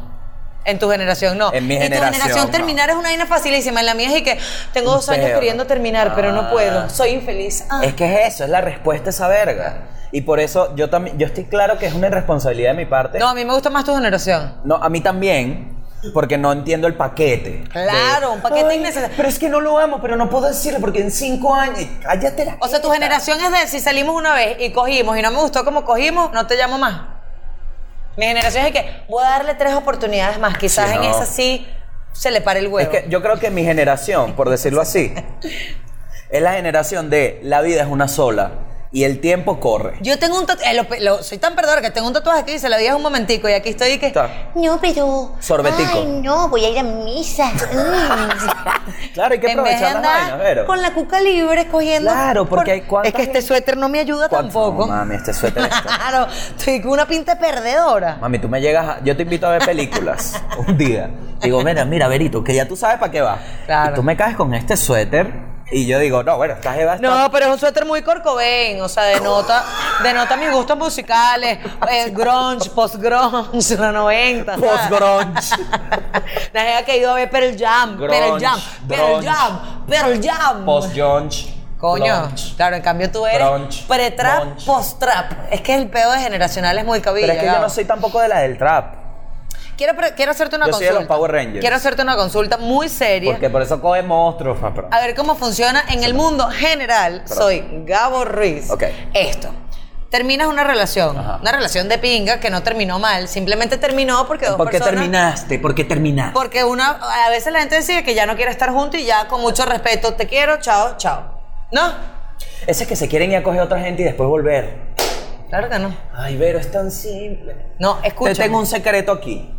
[SPEAKER 2] En tu generación no.
[SPEAKER 1] En mi
[SPEAKER 2] y tu
[SPEAKER 1] generación,
[SPEAKER 2] generación
[SPEAKER 1] no.
[SPEAKER 2] terminar es una vaina facilísima. En la mía es y que tengo dos años
[SPEAKER 1] Pero-
[SPEAKER 2] queriendo terminar, pero no
[SPEAKER 1] Ah.
[SPEAKER 2] puedo. Soy infeliz. Ah.
[SPEAKER 1] Es que es eso, es la respuesta a esa verga. Y por eso yo también, yo estoy claro que es una irresponsabilidad de mi parte.
[SPEAKER 2] No, a mí me gusta más tu generación.
[SPEAKER 1] No, a mí también, porque no entiendo el paquete.
[SPEAKER 2] Claro,
[SPEAKER 1] De,
[SPEAKER 2] un paquete
[SPEAKER 1] "Ay,
[SPEAKER 2] innecesario".
[SPEAKER 1] Pero es que no lo amo, pero no puedo decirlo porque en cinco años. eh, Cállate la
[SPEAKER 2] O sea, tu
[SPEAKER 1] jeta.
[SPEAKER 2] generación es de si salimos una vez y cogimos y no me gustó como cogimos, no te llamo más. Mi generación es que voy a darle tres oportunidades más. Quizás
[SPEAKER 1] Sí,
[SPEAKER 2] en
[SPEAKER 1] no.
[SPEAKER 2] esa sí se le pare el
[SPEAKER 1] Es
[SPEAKER 2] huevo.
[SPEAKER 1] que yo creo que mi generación, por decirlo así, es la generación de la vida es una sola y el tiempo corre.
[SPEAKER 2] Yo tengo un tatuaje, eh, soy tan perdedora que tengo un tatuaje que dice la vida es un momentico y aquí estoy y que...
[SPEAKER 1] Está.
[SPEAKER 6] No, pero.
[SPEAKER 1] Sorbetico.
[SPEAKER 6] Ay, no, voy a ir a misa. Mm.
[SPEAKER 1] Claro, hay que
[SPEAKER 2] en vez de
[SPEAKER 1] aprovechar las
[SPEAKER 2] andar
[SPEAKER 1] vainas, pero.
[SPEAKER 2] con la cuca libre cogiendo...
[SPEAKER 1] Claro, porque
[SPEAKER 2] por-
[SPEAKER 1] hay cuántas
[SPEAKER 2] Es que este
[SPEAKER 1] gente-
[SPEAKER 2] suéter no me ayuda
[SPEAKER 1] ¿Cuánto-
[SPEAKER 2] tampoco.
[SPEAKER 1] No, mami, este suéter está-
[SPEAKER 2] Claro, estoy con una pinta de perdedora.
[SPEAKER 1] Mami, tú me llegas, a- yo te invito a ver películas un día. Digo, mira, mira, Verito, que ya tú sabes para qué va.
[SPEAKER 2] Claro.
[SPEAKER 1] Y tú me caes con este suéter y yo digo, no, bueno, esta jeva está...
[SPEAKER 2] No, pero es un suéter muy corcovén, o sea, denota, denota mis gustos musicales, eh, grunge, post-grunge, los 90. ¿sabes?
[SPEAKER 1] Post-grunge.
[SPEAKER 2] La gente que ha ido a ver Pearl Jam, Pearl
[SPEAKER 1] Grunge,
[SPEAKER 2] Jam, Pearl
[SPEAKER 1] grunge.
[SPEAKER 2] Jam, Pearl Jam.
[SPEAKER 1] Post-grunge.
[SPEAKER 2] Coño,
[SPEAKER 1] grunge.
[SPEAKER 2] claro, en cambio tú eres
[SPEAKER 1] Grunge,
[SPEAKER 2] pre-trap,
[SPEAKER 1] grunge.
[SPEAKER 2] post-trap. Es que el peo de generacional es muy cabilla.
[SPEAKER 1] Pero es que yo
[SPEAKER 2] Gabo.
[SPEAKER 1] no soy tampoco de la del trap.
[SPEAKER 2] quiero, pre- quiero hacerte una
[SPEAKER 1] Yo soy de
[SPEAKER 2] consulta.
[SPEAKER 1] los Power Rangers.
[SPEAKER 2] Quiero hacerte una consulta muy seria.
[SPEAKER 1] Porque por eso coge monstruos, papá.
[SPEAKER 2] A ver cómo funciona en el mundo general.
[SPEAKER 1] Perdón.
[SPEAKER 2] Soy Gabo Ruiz.
[SPEAKER 1] Ok.
[SPEAKER 2] Esto. Terminas una relación,
[SPEAKER 1] Ajá.
[SPEAKER 2] una relación de pinga que no terminó mal, simplemente terminó porque dos
[SPEAKER 1] ¿Por qué
[SPEAKER 2] personas
[SPEAKER 1] terminaste? ¿Por qué terminaste?
[SPEAKER 2] porque una a veces la gente decide que ya no quiere estar junto y ya con mucho respeto te quiero, chao, chao. ¿No?
[SPEAKER 1] Ese es que se quieren ir a coger a otra gente y después volver.
[SPEAKER 2] Claro que no.
[SPEAKER 1] Ay, Vero, es tan simple.
[SPEAKER 2] No, escucha.
[SPEAKER 1] Te tengo un secreto aquí.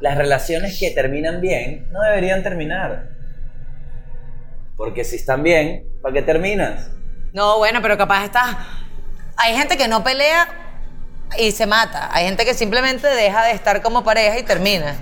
[SPEAKER 1] Las relaciones que terminan bien no deberían terminar. Porque si están bien, ¿para qué terminas?
[SPEAKER 2] No, bueno, pero capaz estás. Hay gente que no pelea y se mata. Hay gente que simplemente deja de estar como pareja y termina.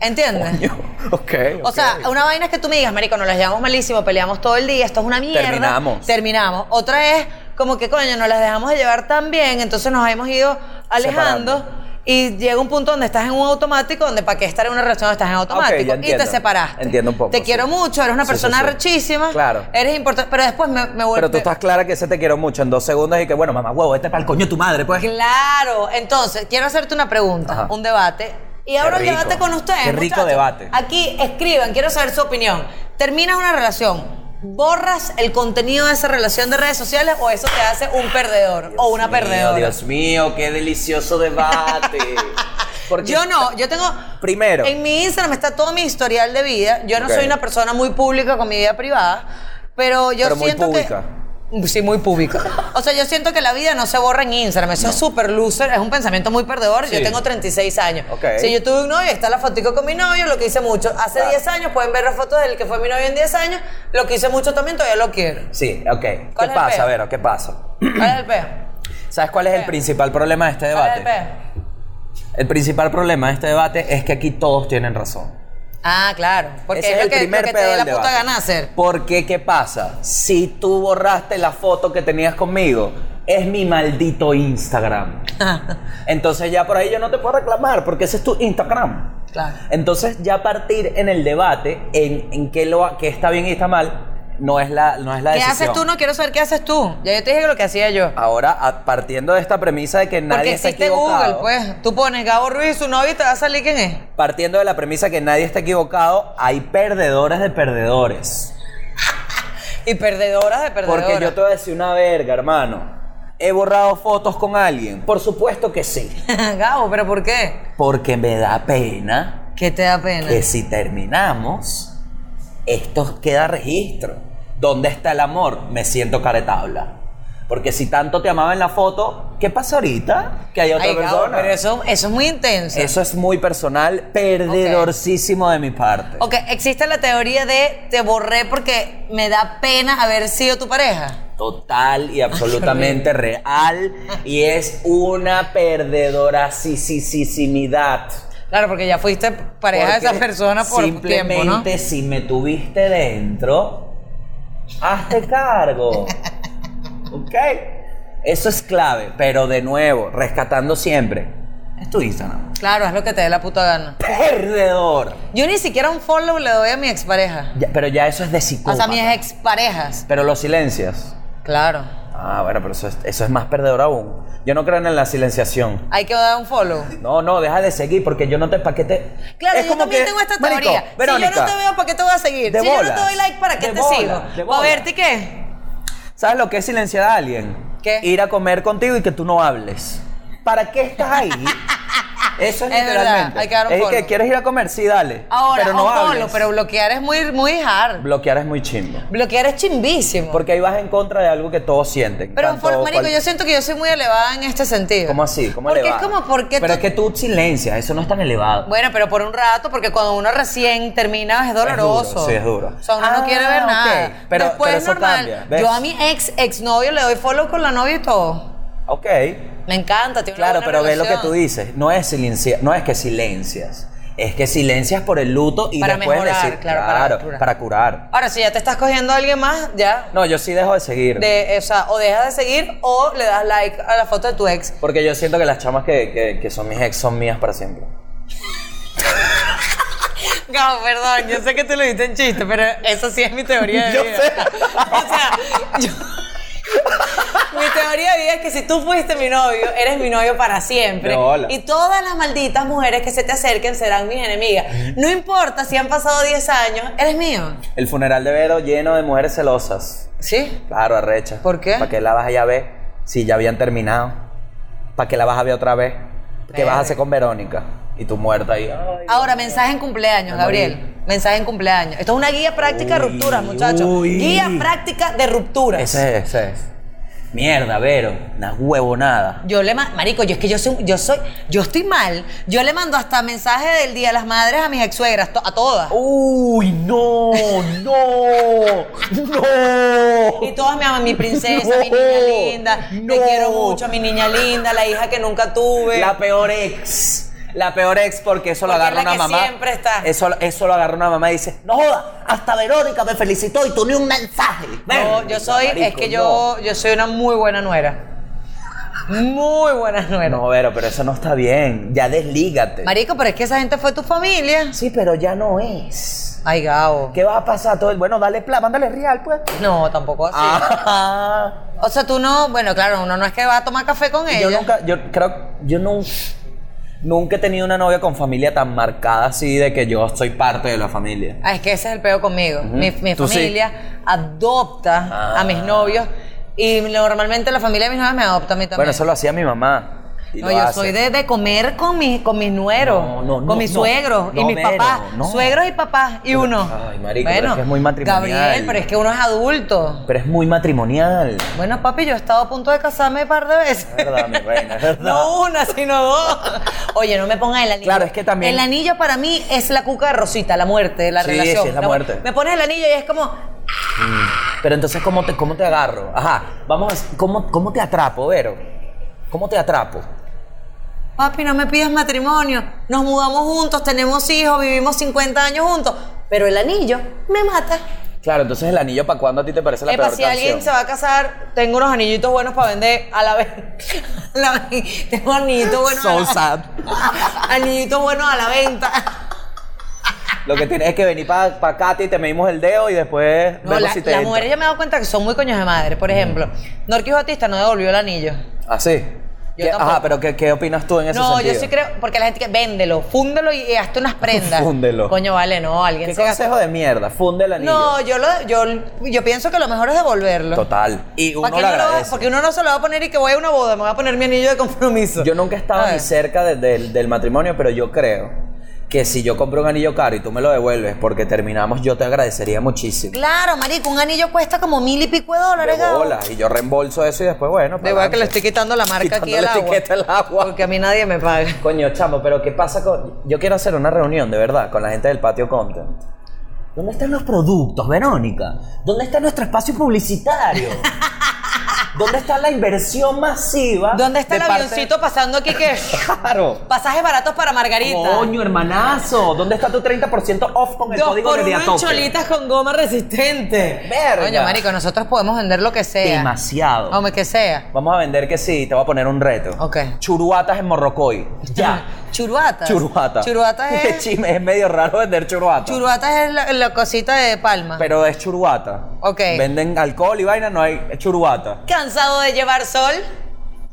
[SPEAKER 2] ¿Entiendes?
[SPEAKER 1] ok.
[SPEAKER 2] O sea, una vaina es que tú me digas, marico, nos las llevamos malísimo, peleamos todo el día, esto es una mierda.
[SPEAKER 1] Terminamos.
[SPEAKER 2] Terminamos. Otra es como que, coño, nos las dejamos de llevar tan bien, entonces nos hemos ido alejando. Y llega un punto donde estás en un automático, donde para qué estar en una relación estás en automático.
[SPEAKER 1] ya
[SPEAKER 2] y te
[SPEAKER 1] entiendo.
[SPEAKER 2] separaste.
[SPEAKER 1] Entiendo un poco,
[SPEAKER 2] Te
[SPEAKER 1] sí.
[SPEAKER 2] quiero mucho, eres una
[SPEAKER 1] Sí, sí,
[SPEAKER 2] persona
[SPEAKER 1] sí.
[SPEAKER 2] rechísima.
[SPEAKER 1] Claro.
[SPEAKER 2] Eres importante. Pero después me, me vuelvo.
[SPEAKER 1] Pero tú estás clara que ese te quiero mucho en dos segundos y que, bueno, mamá, huevo, vete para el coño de tu madre, pues.
[SPEAKER 2] Claro, entonces quiero hacerte una pregunta,
[SPEAKER 1] Ajá.
[SPEAKER 2] un debate. Y ahora el
[SPEAKER 1] rico.
[SPEAKER 2] debate con ustedes.
[SPEAKER 1] Qué rico
[SPEAKER 2] muchachos.
[SPEAKER 1] debate.
[SPEAKER 2] Aquí escriban, quiero saber su opinión. ¿Terminas una relación? ¿Borras el contenido de esa relación de redes sociales o eso te hace un perdedor o una
[SPEAKER 1] Dios mío,
[SPEAKER 2] perdedora?
[SPEAKER 1] Dios mío, qué delicioso debate. Porque-
[SPEAKER 2] Yo no, yo tengo.
[SPEAKER 1] Primero.
[SPEAKER 2] En mi Instagram está todo mi historial de vida. Yo no
[SPEAKER 1] Ok.
[SPEAKER 2] soy una persona muy pública con mi vida privada, pero yo
[SPEAKER 1] Pero muy
[SPEAKER 2] siento
[SPEAKER 1] pública.
[SPEAKER 2] que. Sí, muy pública. O sea, yo siento que la vida no se borra en Instagram. Eso es súper loser, es un pensamiento muy perdedor. Yo
[SPEAKER 1] Sí.
[SPEAKER 2] tengo 36 años.
[SPEAKER 1] Ok.
[SPEAKER 2] Si yo tuve un novio, está la fotico con mi novio, lo que hice mucho. Hace
[SPEAKER 1] Claro.
[SPEAKER 2] 10 años, pueden ver las fotos del que fue mi novio en 10 años, lo que hice mucho también, todavía lo quiero.
[SPEAKER 1] Sí, ok. ¿Qué
[SPEAKER 2] ¿Cuál es el
[SPEAKER 1] pasa,
[SPEAKER 2] peo?
[SPEAKER 1] Vero? ¿Qué pasa?
[SPEAKER 2] ¿Cuál es el peo?
[SPEAKER 1] ¿Sabes cuál es el
[SPEAKER 2] Peo.
[SPEAKER 1] principal problema de este
[SPEAKER 2] ¿Cuál es
[SPEAKER 1] debate?
[SPEAKER 2] el peo?
[SPEAKER 1] El principal problema de este debate es que aquí todos tienen razón.
[SPEAKER 2] Ah, claro. Porque
[SPEAKER 1] Ese
[SPEAKER 2] es, lo
[SPEAKER 1] el
[SPEAKER 2] que, lo
[SPEAKER 1] primer
[SPEAKER 2] que te
[SPEAKER 1] pedo
[SPEAKER 2] dé
[SPEAKER 1] del
[SPEAKER 2] la puta
[SPEAKER 1] debate.
[SPEAKER 2] gana hacer.
[SPEAKER 1] Porque, ¿qué pasa? Si tú borraste la foto que tenías conmigo, es mi maldito Instagram. Entonces ya por ahí yo no te puedo reclamar, porque ese es tu Instagram.
[SPEAKER 2] Claro.
[SPEAKER 1] Entonces ya partir en el debate, en, en qué, lo, qué está bien y está mal, no es la, no es la
[SPEAKER 2] ¿Qué
[SPEAKER 1] decisión.
[SPEAKER 2] haces tú? No quiero saber qué haces tú. Ya yo te dije lo que hacía yo.
[SPEAKER 1] Ahora, a- partiendo de esta premisa de que nadie
[SPEAKER 2] Porque
[SPEAKER 1] está
[SPEAKER 2] existe
[SPEAKER 1] equivocado...
[SPEAKER 2] Google, pues. Tú pones Gabo Ruiz, su novio, y te va a salir quién es.
[SPEAKER 1] Partiendo de la premisa que nadie está equivocado, hay perdedores de perdedores.
[SPEAKER 2] Y perdedoras de perdedoras.
[SPEAKER 1] Porque yo te voy a decir una verga, hermano. ¿He borrado fotos con alguien? Por supuesto que sí.
[SPEAKER 2] Gabo, ¿pero por qué?
[SPEAKER 1] Porque me da pena
[SPEAKER 2] ¿Qué te da pena?
[SPEAKER 1] que si terminamos, esto queda registro. ¿Dónde está el amor? Me siento caretabla. Porque si tanto te amaba en la foto, ¿qué pasa ahorita? Que hay otra
[SPEAKER 2] Ay, Gabo,
[SPEAKER 1] persona.
[SPEAKER 2] pero eso, eso es muy intenso.
[SPEAKER 1] Eso es muy personal, perdedorcísimo de mi parte.
[SPEAKER 2] Ok, existe la teoría de te borré porque me da pena haber sido tu pareja.
[SPEAKER 1] total y absolutamente real y es una perdedora sí sí sí sí mi edad.
[SPEAKER 2] Claro, porque ya fuiste pareja de esa
[SPEAKER 1] Porque
[SPEAKER 2] persona por
[SPEAKER 1] simplemente
[SPEAKER 2] tiempo, ¿no?
[SPEAKER 1] si me tuviste dentro hazte cargo ok eso es clave pero de nuevo rescatando siempre Es tu Instagram.
[SPEAKER 2] Claro, es lo que te dé la puta gana.
[SPEAKER 1] Perdedor.
[SPEAKER 2] Yo ni siquiera un follow le doy a mi expareja.
[SPEAKER 1] Ya, pero ya eso es de
[SPEAKER 2] O sea,
[SPEAKER 1] psicópata.
[SPEAKER 2] a mis exparejas.
[SPEAKER 1] Pero los silencias.
[SPEAKER 2] Claro.
[SPEAKER 1] Ah, bueno, pero eso es, eso es más perdedor aún. Yo no creo en la silenciación.
[SPEAKER 2] Hay que dar un follow.
[SPEAKER 1] No, no, deja de seguir porque yo no te paquete.
[SPEAKER 2] Claro, yo también tengo esta teoría. si yo no te veo, ¿para qué te voy a seguir?
[SPEAKER 1] de
[SPEAKER 2] si yo no te
[SPEAKER 1] bolas,
[SPEAKER 2] doy like, ¿para qué
[SPEAKER 1] de
[SPEAKER 2] te
[SPEAKER 1] bolas,
[SPEAKER 2] sigo?
[SPEAKER 1] de
[SPEAKER 2] ¿Para
[SPEAKER 1] bolas.
[SPEAKER 2] verte qué?
[SPEAKER 1] ¿Sabes lo que es silenciar a alguien?
[SPEAKER 2] ¿Qué?
[SPEAKER 1] Ir a comer contigo y que tú no hables. ¿Para qué estás ahí? Eso es,
[SPEAKER 2] Es verdad,
[SPEAKER 1] literalmente.
[SPEAKER 2] hay que dar un
[SPEAKER 1] es
[SPEAKER 2] follow.
[SPEAKER 1] que quieres ir a comer, sí, dale.
[SPEAKER 2] Ahora,
[SPEAKER 1] pero no
[SPEAKER 2] un follow,
[SPEAKER 1] hables.
[SPEAKER 2] pero bloquear es muy, muy hard.
[SPEAKER 1] Bloquear es muy chimbo.
[SPEAKER 2] Bloquear es chimbísimo.
[SPEAKER 1] Porque ahí vas en contra de algo que todos sienten.
[SPEAKER 2] Pero,
[SPEAKER 1] tanto
[SPEAKER 2] for- marico,
[SPEAKER 1] cual-
[SPEAKER 2] yo siento que yo soy muy elevada en este sentido.
[SPEAKER 1] ¿Cómo así? ¿Cómo
[SPEAKER 2] Porque
[SPEAKER 1] elevado?
[SPEAKER 2] es como, porque
[SPEAKER 1] Pero
[SPEAKER 2] tú-
[SPEAKER 1] es que tú silencias, eso no es tan elevado.
[SPEAKER 2] Bueno, pero por un rato, porque cuando uno recién termina es doloroso.
[SPEAKER 1] duro, sí, es duro.
[SPEAKER 2] O sea, uno no
[SPEAKER 1] Ah,
[SPEAKER 2] quiere ver
[SPEAKER 1] ok.
[SPEAKER 2] nada.
[SPEAKER 1] Pero-
[SPEAKER 2] Después
[SPEAKER 1] pero
[SPEAKER 2] es
[SPEAKER 1] eso
[SPEAKER 2] normal.
[SPEAKER 1] cambia, ¿ves?
[SPEAKER 2] Yo a mi ex, exnovio le doy follow con la novia y todo.
[SPEAKER 1] Ok.
[SPEAKER 2] Me encanta, tiene una
[SPEAKER 1] Claro,
[SPEAKER 2] buena
[SPEAKER 1] pero ve lo que
[SPEAKER 2] relación.
[SPEAKER 1] tú dices. No es, silencia, no es que silencias. Es que silencias por el luto y
[SPEAKER 2] Para
[SPEAKER 1] después
[SPEAKER 2] mejorar,
[SPEAKER 1] decir.
[SPEAKER 2] claro, para curar.
[SPEAKER 1] para curar.
[SPEAKER 2] Ahora, si ya te estás cogiendo a alguien más, ya.
[SPEAKER 1] No, yo sí dejo de seguir.
[SPEAKER 2] de- o sea, o dejas de seguir o le das like a la foto de tu ex.
[SPEAKER 1] Porque yo siento que las chamas que, que- que son mis ex son mías para siempre.
[SPEAKER 2] No, perdón, yo sé que te lo diste en chiste, pero esa sí es mi teoría de
[SPEAKER 1] Yo
[SPEAKER 2] vida.
[SPEAKER 1] sé.
[SPEAKER 2] O sea, yo- mi teoría de vida es que si tú fuiste mi novio, eres mi novio para siempre.
[SPEAKER 1] De bola.
[SPEAKER 2] Y todas las malditas mujeres que se te acerquen serán mis enemigas. No importa si han pasado 10 años, eres mío.
[SPEAKER 1] El funeral de Vero lleno de mujeres celosas.
[SPEAKER 2] ¿Sí?
[SPEAKER 1] Claro, arrecha.
[SPEAKER 2] ¿Por qué?
[SPEAKER 1] ¿Para que la vas a ir a ver si ya habían terminado? ¿Para que la vas a ver otra vez? ¿Qué vas a hacer con Verónica? Y tú muerta ahí. Ay.
[SPEAKER 2] Ahora, mensaje en cumpleaños,
[SPEAKER 1] Me morí.
[SPEAKER 2] Gabriel. Mensaje en cumpleaños. Esto es una guía práctica de
[SPEAKER 1] Uy,
[SPEAKER 2] rupturas, muchachos.
[SPEAKER 1] uy.
[SPEAKER 2] Guía práctica de rupturas.
[SPEAKER 1] Ese es, ese es. Mierda, Vero. Una huevonada.
[SPEAKER 2] Yo le ma- marico, yo es que yo soy, yo soy, yo estoy mal. Yo le mando hasta mensaje del día a las madres a mis ex suegras, a todas.
[SPEAKER 1] Uy, no, no,
[SPEAKER 2] Y
[SPEAKER 1] no.
[SPEAKER 2] todas me aman, mi princesa, mi
[SPEAKER 1] No,
[SPEAKER 2] niña linda, te
[SPEAKER 1] no.
[SPEAKER 2] quiero mucho, mi niña linda, la hija que nunca tuve.
[SPEAKER 1] La peor ex. La peor ex porque eso lo
[SPEAKER 2] Porque
[SPEAKER 1] agarra
[SPEAKER 2] es la
[SPEAKER 1] una
[SPEAKER 2] que
[SPEAKER 1] mamá.
[SPEAKER 2] siempre está.
[SPEAKER 1] Eso, eso lo agarra una mamá y dice, no joda, hasta Verónica me felicitó y tú ni un mensaje.
[SPEAKER 2] No, yo soy, es
[SPEAKER 1] Marico,
[SPEAKER 2] que
[SPEAKER 1] no.
[SPEAKER 2] yo, yo soy una muy buena nuera. Muy buena nuera.
[SPEAKER 1] No, Vero, pero eso no está bien. Ya deslígate.
[SPEAKER 2] Marico, pero es que esa gente fue tu familia.
[SPEAKER 1] sí, pero ya no es.
[SPEAKER 2] Ay, Gabo.
[SPEAKER 1] ¿Qué va a pasar? Todo el- Bueno, dale plan, mándale real, pues.
[SPEAKER 2] No, tampoco así.
[SPEAKER 1] Ah.
[SPEAKER 2] O sea, tú no, bueno, claro, uno no es que va a tomar café con ella.
[SPEAKER 1] Yo nunca, yo creo, yo nunca, nunca he tenido una novia con familia tan marcada así de que yo soy parte de la familia.
[SPEAKER 2] Ah, es que ese es el peo conmigo. Mi, mi
[SPEAKER 1] Tú sí.
[SPEAKER 2] familia adopta
[SPEAKER 1] Ah.
[SPEAKER 2] a mis novios y normalmente la familia de mis novios me adopta a mí también.
[SPEAKER 1] Bueno, eso lo hacía mi mamá. y
[SPEAKER 2] no,
[SPEAKER 1] lo
[SPEAKER 2] yo
[SPEAKER 1] hace.
[SPEAKER 2] soy de, de comer con mis con mis nueros,
[SPEAKER 1] No, no, no,
[SPEAKER 2] con mis
[SPEAKER 1] no.
[SPEAKER 2] suegros y
[SPEAKER 1] No,
[SPEAKER 2] mis
[SPEAKER 1] Vero,
[SPEAKER 2] papás,
[SPEAKER 1] no.
[SPEAKER 2] suegros y papás y uno.
[SPEAKER 1] Ay, marico, pero es que es muy matrimonial.
[SPEAKER 2] Gabriel, pero es que uno es adulto.
[SPEAKER 1] Pero es muy matrimonial.
[SPEAKER 2] Bueno, papi, yo he estado a punto de casarme un par de veces.
[SPEAKER 1] Es verdad, mi reina, es verdad.
[SPEAKER 2] No una, sino dos. Oye, no me pongas el anillo.
[SPEAKER 1] Claro, es que también-
[SPEAKER 2] El anillo para mí es la cuca de Rosita, la muerte, la
[SPEAKER 1] Sí,
[SPEAKER 2] relación.
[SPEAKER 1] sí, es la muerte.
[SPEAKER 2] Me pones el anillo y es como,
[SPEAKER 1] Pero entonces, ¿cómo te, cómo te agarro? Ajá, vamos, a- ¿cómo, ¿cómo te atrapo, Vero? ¿Cómo te atrapo?
[SPEAKER 2] Papi, no me pidas matrimonio. Nos mudamos juntos, tenemos hijos, vivimos 50 años juntos. Pero el anillo me mata.
[SPEAKER 1] Claro, entonces el anillo, ¿para cuándo a ti te parece la
[SPEAKER 2] Epa,
[SPEAKER 1] peor
[SPEAKER 2] si
[SPEAKER 1] canción?
[SPEAKER 2] alguien se va a casar, tengo unos anillitos buenos para vender a la vez. A la vez. Tengo anillitos buenos. a
[SPEAKER 1] So
[SPEAKER 2] la-
[SPEAKER 1] sad.
[SPEAKER 2] Anillitos buenos a la venta.
[SPEAKER 1] Lo que tienes es que venir para pa Katy, te medimos el dedo y después
[SPEAKER 2] No,
[SPEAKER 1] vemos
[SPEAKER 2] la-
[SPEAKER 1] si te
[SPEAKER 2] las
[SPEAKER 1] entra. Mm.
[SPEAKER 2] mujeres ya me he dado cuenta que son muy coños de madre. Por ejemplo, Norquis Batista no devolvió el anillo.
[SPEAKER 1] ¿Ah, sí?
[SPEAKER 2] Yo
[SPEAKER 1] ¿Qué-
[SPEAKER 2] tampoco.
[SPEAKER 1] ajá, pero ¿qué, qué opinas tú en ese
[SPEAKER 2] No,
[SPEAKER 1] sentido?
[SPEAKER 2] yo sí creo, porque la gente que véndelo, fúndelo y, y hazte unas prendas.
[SPEAKER 1] Fúndelo.
[SPEAKER 2] Coño, vale, no, alguien
[SPEAKER 1] ¿Qué
[SPEAKER 2] se gasta-
[SPEAKER 1] consejo de mierda? Funde el anillo.
[SPEAKER 2] No, yo, lo, yo, yo pienso que lo mejor es devolverlo.
[SPEAKER 1] Total. Y uno
[SPEAKER 2] ¿Para
[SPEAKER 1] lo
[SPEAKER 2] qué no lo va-
[SPEAKER 1] agradece.
[SPEAKER 2] porque uno no se lo va a poner y que voy a una boda, me voy a poner mi anillo de compromiso.
[SPEAKER 1] Yo nunca he
[SPEAKER 2] A
[SPEAKER 1] estado
[SPEAKER 2] ver.
[SPEAKER 1] ni cerca de- del- del matrimonio, pero yo creo que si yo compro un anillo caro y tú me lo devuelves porque terminamos, yo te agradecería muchísimo.
[SPEAKER 2] Claro, marico, un anillo cuesta como mil y pico de dólares,
[SPEAKER 1] De
[SPEAKER 2] Gabo.
[SPEAKER 1] bola, y yo reembolso eso y después, bueno,
[SPEAKER 2] De verdad que le estoy quitando la marca aquí al
[SPEAKER 1] la
[SPEAKER 2] agua.
[SPEAKER 1] etiqueta al agua.
[SPEAKER 2] Porque a mí nadie me paga.
[SPEAKER 1] Coño, chamo, pero ¿qué pasa con...? Yo quiero hacer una reunión, de verdad, con la gente del Patio Content. ¿Dónde están los productos, Verónica? ¿Dónde está nuestro espacio publicitario? ¿Dónde está la inversión masiva?
[SPEAKER 2] ¿Dónde está el
[SPEAKER 1] de parte-
[SPEAKER 2] avioncito pasando aquí que
[SPEAKER 1] Claro.
[SPEAKER 2] pasajes baratos para Margarita?
[SPEAKER 1] Coño, hermanazo. ¿Dónde está tu 30% off con el
[SPEAKER 2] Dos
[SPEAKER 1] código
[SPEAKER 2] por
[SPEAKER 1] de
[SPEAKER 2] uno en
[SPEAKER 1] Diatoque?
[SPEAKER 2] cholitas con goma resistente.
[SPEAKER 1] Verga.
[SPEAKER 2] Coño, marico, nosotros podemos vender lo que sea.
[SPEAKER 1] Demasiado.
[SPEAKER 2] Hombre, que sea.
[SPEAKER 1] Vamos a vender que sí, te voy a poner un reto.
[SPEAKER 2] Ok.
[SPEAKER 1] Churuatas en Morrocoy. Ya.
[SPEAKER 2] Churuatas.
[SPEAKER 1] Churuata.
[SPEAKER 2] Churuata
[SPEAKER 1] Qué
[SPEAKER 2] es.
[SPEAKER 1] chisme, es medio raro vender churuata.
[SPEAKER 2] Churuata es la, la cosita de palma.
[SPEAKER 1] pero es churuata.
[SPEAKER 2] Ok.
[SPEAKER 1] Venden alcohol y vaina, no hay. Es churuata.
[SPEAKER 2] ¿Cansado de llevar sol?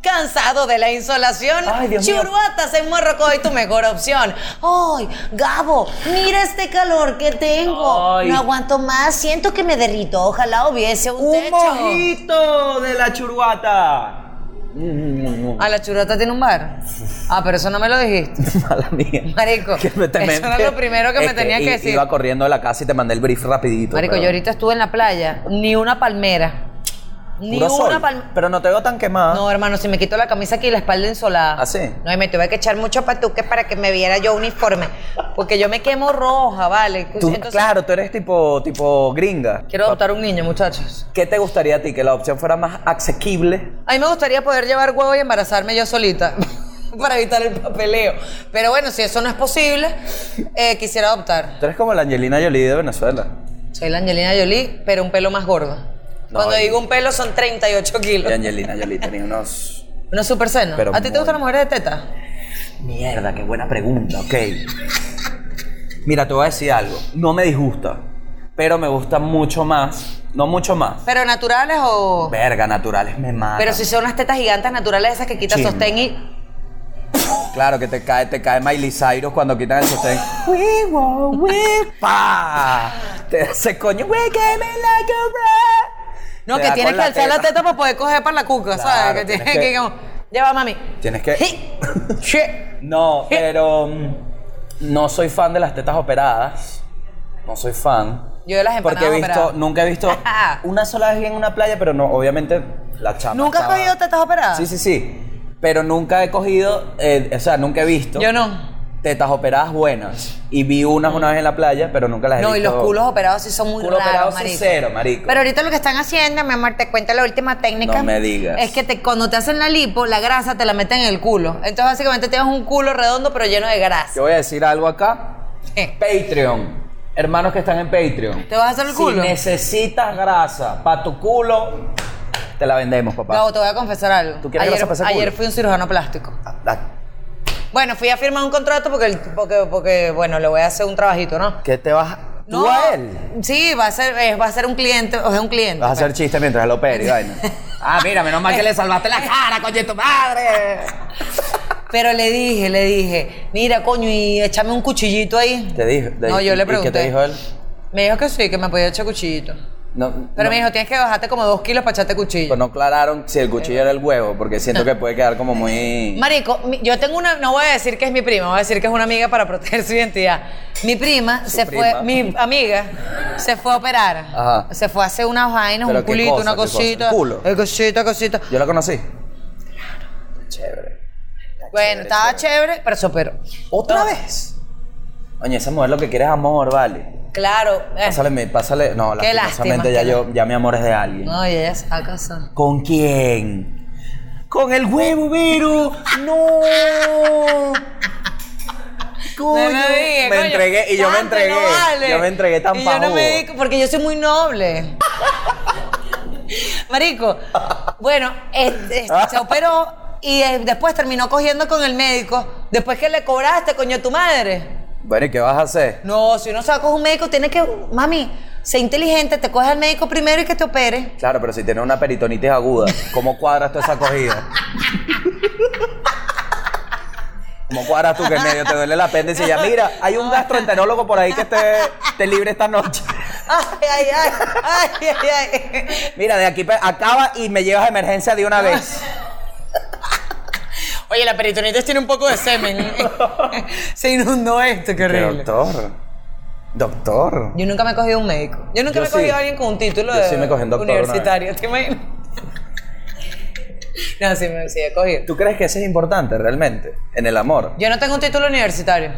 [SPEAKER 2] ¿Cansado de la insolación?
[SPEAKER 1] Ay, Dios mío.
[SPEAKER 2] Churuatas en Morrocoy, tu mejor opción. ¡Ay, Gabo! Mira este calor que tengo.
[SPEAKER 1] Ay.
[SPEAKER 6] No aguanto más, siento que me derrito. Ojalá hubiese un,
[SPEAKER 1] ¡Un
[SPEAKER 6] techo.
[SPEAKER 1] mojito de la churuata! Mm,
[SPEAKER 2] Ah, la churata tiene un bar. Ah, pero eso no me lo dijiste.
[SPEAKER 1] Mala mía.
[SPEAKER 2] Marico, eso era lo primero que me
[SPEAKER 1] es
[SPEAKER 2] tenía que
[SPEAKER 1] i-
[SPEAKER 2] decir.
[SPEAKER 1] Iba corriendo de la casa y te mandé el brief rapidito.
[SPEAKER 2] Marico,
[SPEAKER 1] pero-
[SPEAKER 2] yo ahorita estuve en la playa, ni una palmera. Ni
[SPEAKER 1] Puro sol,
[SPEAKER 2] una palmera.
[SPEAKER 1] Pero no te veo tan quemada.
[SPEAKER 2] No, hermano, si me quito la camisa aquí y la espalda ensolada.
[SPEAKER 1] ¿Ah, sí?
[SPEAKER 2] No, y me tuve que echar mucho patuque para que me viera yo uniforme. Porque yo me quemo roja, ¿vale?
[SPEAKER 1] Tú-
[SPEAKER 2] Entonces,
[SPEAKER 1] claro, tú eres tipo, tipo gringa.
[SPEAKER 2] Quiero adoptar un niño, muchachos.
[SPEAKER 1] ¿Qué te gustaría a ti? Que la opción fuera más asequible.
[SPEAKER 2] A mí me gustaría poder llevar huevo y embarazarme yo solita para evitar el papeleo. Pero bueno, si eso no es posible, eh, quisiera adoptar.
[SPEAKER 1] Tú eres como la Angelina Jolie de Venezuela.
[SPEAKER 2] Soy la Angelina Jolie, pero un pelo más gordo.
[SPEAKER 1] No,
[SPEAKER 2] Cuando
[SPEAKER 1] y-
[SPEAKER 2] digo un pelo son 38
[SPEAKER 1] Y
[SPEAKER 2] kilos.
[SPEAKER 1] Angelina Jolie tenía unos...
[SPEAKER 2] Una super cena.
[SPEAKER 1] Pero
[SPEAKER 2] ¿A ti
[SPEAKER 1] muy-
[SPEAKER 2] te gustan las mujeres de teta?
[SPEAKER 1] Mierda, qué buena pregunta, ok. Mira, te voy a decir algo. No me disgusta, pero me gusta mucho más. No mucho más.
[SPEAKER 2] ¿Pero naturales o...?
[SPEAKER 1] Verga, naturales me matan.
[SPEAKER 2] Pero si son unas tetas gigantes naturales esas que quitas
[SPEAKER 1] Chisme.
[SPEAKER 2] sostén y...
[SPEAKER 1] Claro, que te cae, te cae Miley Cyrus cuando quitan el sostén. We want, we- ¡Pa! Te hace coño. We came in like a rat.
[SPEAKER 2] No,
[SPEAKER 1] Te
[SPEAKER 2] que
[SPEAKER 1] da
[SPEAKER 2] tienes
[SPEAKER 1] con
[SPEAKER 2] que alzar la
[SPEAKER 1] teta.
[SPEAKER 2] teta para poder coger para la cuca,
[SPEAKER 1] Claro,
[SPEAKER 2] ¿sabes? Que tienes
[SPEAKER 1] tienes
[SPEAKER 2] que...
[SPEAKER 1] que-
[SPEAKER 2] como, Lleva, mami.
[SPEAKER 1] Tienes que-
[SPEAKER 2] Sí. Sí.
[SPEAKER 1] No, pero mm, no soy fan de las tetas operadas. No soy fan.
[SPEAKER 2] Yo de las empanadas
[SPEAKER 1] Porque he visto,
[SPEAKER 2] operadas.
[SPEAKER 1] nunca he visto una sola vez vi en una playa, pero no, obviamente la chama.
[SPEAKER 2] ¿Nunca has
[SPEAKER 1] estaba-
[SPEAKER 2] cogido tetas operadas?
[SPEAKER 1] Sí, sí, sí. Pero nunca he cogido, eh, o sea, nunca he visto.
[SPEAKER 2] Yo no.
[SPEAKER 1] Tetas operadas buenas. Y vi unas una vez en la playa, pero nunca las he
[SPEAKER 2] No, y
[SPEAKER 1] visto.
[SPEAKER 2] los culos operados sí son muy
[SPEAKER 1] Culo operado
[SPEAKER 2] raros,
[SPEAKER 1] sí,
[SPEAKER 2] marico.
[SPEAKER 1] cero, marico.
[SPEAKER 6] Pero ahorita lo que están haciendo, mi amor, te cuento la última técnica.
[SPEAKER 1] No me digas.
[SPEAKER 2] Es que te- cuando te hacen la lipo, la grasa te la meten en el culo. Entonces, básicamente, tienes un culo redondo pero lleno de grasa.
[SPEAKER 1] Yo voy a decir algo acá.
[SPEAKER 2] Eh,
[SPEAKER 1] Patreon. Hermanos que están en Patreon.
[SPEAKER 2] ¿Te vas a hacer el culo?
[SPEAKER 1] Si necesitas grasa para tu culo, te la vendemos, papá.
[SPEAKER 2] Gabo, te voy a confesar algo.
[SPEAKER 1] ¿Tú quieres
[SPEAKER 2] ayer,
[SPEAKER 1] grasa para ese
[SPEAKER 2] ayer
[SPEAKER 1] culo?
[SPEAKER 2] fui un cirujano plástico.
[SPEAKER 1] Ah,
[SPEAKER 2] Bueno, fui a firmar un contrato porque, el- porque, porque bueno, le voy a hacer un trabajito, ¿no?
[SPEAKER 1] ¿Qué te vas? ¿Tú a él?
[SPEAKER 2] Sí, va a ser, eh, va a ser un cliente, o sea, un cliente.
[SPEAKER 1] Vas a hacer chiste mientras lo opere y vaina. Ah, mira, menos mal que
[SPEAKER 2] Eh.
[SPEAKER 1] le salvaste la cara, coño de tu madre.
[SPEAKER 2] Pero le dije, le dije, mira, coño, y échame un cuchillito ahí.
[SPEAKER 1] Te dijo. te-
[SPEAKER 2] no, yo
[SPEAKER 1] ¿y
[SPEAKER 2] le pregunté.
[SPEAKER 1] ¿Qué te dijo él?
[SPEAKER 2] Me dijo que sí, que me podía echar cuchillito.
[SPEAKER 1] No,
[SPEAKER 2] Pero
[SPEAKER 1] no,
[SPEAKER 2] me dijo, tienes que bajarte como dos kilos para echarte cuchillo.
[SPEAKER 1] Pues no aclararon si el cuchillo era el huevo, porque siento que puede quedar como muy.
[SPEAKER 2] Marico, mi- yo tengo una, no voy a decir que es mi prima, voy a decir que es una amiga para proteger su identidad. Mi prima se
[SPEAKER 1] prima.
[SPEAKER 2] fue, mi amiga se fue a operar.
[SPEAKER 1] Ajá.
[SPEAKER 2] Se fue a hacer unas vainas,
[SPEAKER 1] Pero
[SPEAKER 2] un
[SPEAKER 1] qué
[SPEAKER 2] culito,
[SPEAKER 1] cosa,
[SPEAKER 2] una
[SPEAKER 1] qué cosa,
[SPEAKER 2] cosita.
[SPEAKER 1] el culo.
[SPEAKER 2] eh, cosita, cosita.
[SPEAKER 1] Yo la conocí. Chévere.
[SPEAKER 2] Bueno, estaba chévere, pero se operó.
[SPEAKER 1] ¿Otra vez? Oye, esa mujer lo que quiere es amor, vale.
[SPEAKER 2] Claro. eh,
[SPEAKER 1] Pásale, mi- pásale. No,
[SPEAKER 2] Qué
[SPEAKER 1] lastimosamente
[SPEAKER 2] lástima,
[SPEAKER 1] ya
[SPEAKER 2] qué
[SPEAKER 1] yo, ya mi amor es de alguien.
[SPEAKER 2] No, y ella se va a casar.
[SPEAKER 1] ¿Con quién? ¡Con el huevo, Vero! ¡No!
[SPEAKER 2] No
[SPEAKER 1] Coño.
[SPEAKER 2] lo dije,
[SPEAKER 1] me
[SPEAKER 2] coño.
[SPEAKER 1] entregué y yo me
[SPEAKER 2] Santo,
[SPEAKER 1] entregué.
[SPEAKER 2] no vale.
[SPEAKER 1] Yo me entregué tan
[SPEAKER 2] Y yo no me di-
[SPEAKER 1] pajudo.
[SPEAKER 2] porque yo soy muy noble. Marico, bueno, este, se operó y eh, después terminó cogiendo con el médico. Después que le cobraste, coño, tu madre.
[SPEAKER 1] Bueno, ¿y qué vas a hacer?
[SPEAKER 2] No, si uno se va a coger un médico, tiene que, mami, sé inteligente, te coge al médico primero y que te opere.
[SPEAKER 1] Claro, pero si tienes una peritonitis aguda, ¿cómo cuadras tú esa cogida? ¿Cómo cuadras tú que en medio te duele la apéndice? Y ya, mira, hay un gastroenterólogo por ahí que esté, esté libre esta noche.
[SPEAKER 2] Ay, ay, ay, ay, ay, ay.
[SPEAKER 1] Mira, de aquí pa- acaba y me llevas a emergencia de una vez.
[SPEAKER 2] Oye, la peritonitis tiene un poco de semen. se inundó esto, qué
[SPEAKER 1] Pero,
[SPEAKER 2] horrible.
[SPEAKER 1] Doctor. Doctor.
[SPEAKER 2] Yo nunca me he cogido un médico. Yo nunca
[SPEAKER 1] Yo
[SPEAKER 2] me he cogido
[SPEAKER 1] sí.
[SPEAKER 2] a alguien con un título
[SPEAKER 1] Yo
[SPEAKER 2] de
[SPEAKER 1] sí me cogí un doctor una vez.
[SPEAKER 2] universitario, ¿te imaginas? no, sí me sí he cogido.
[SPEAKER 1] ¿Tú crees que eso es importante realmente en el amor?
[SPEAKER 2] Yo no tengo un título universitario.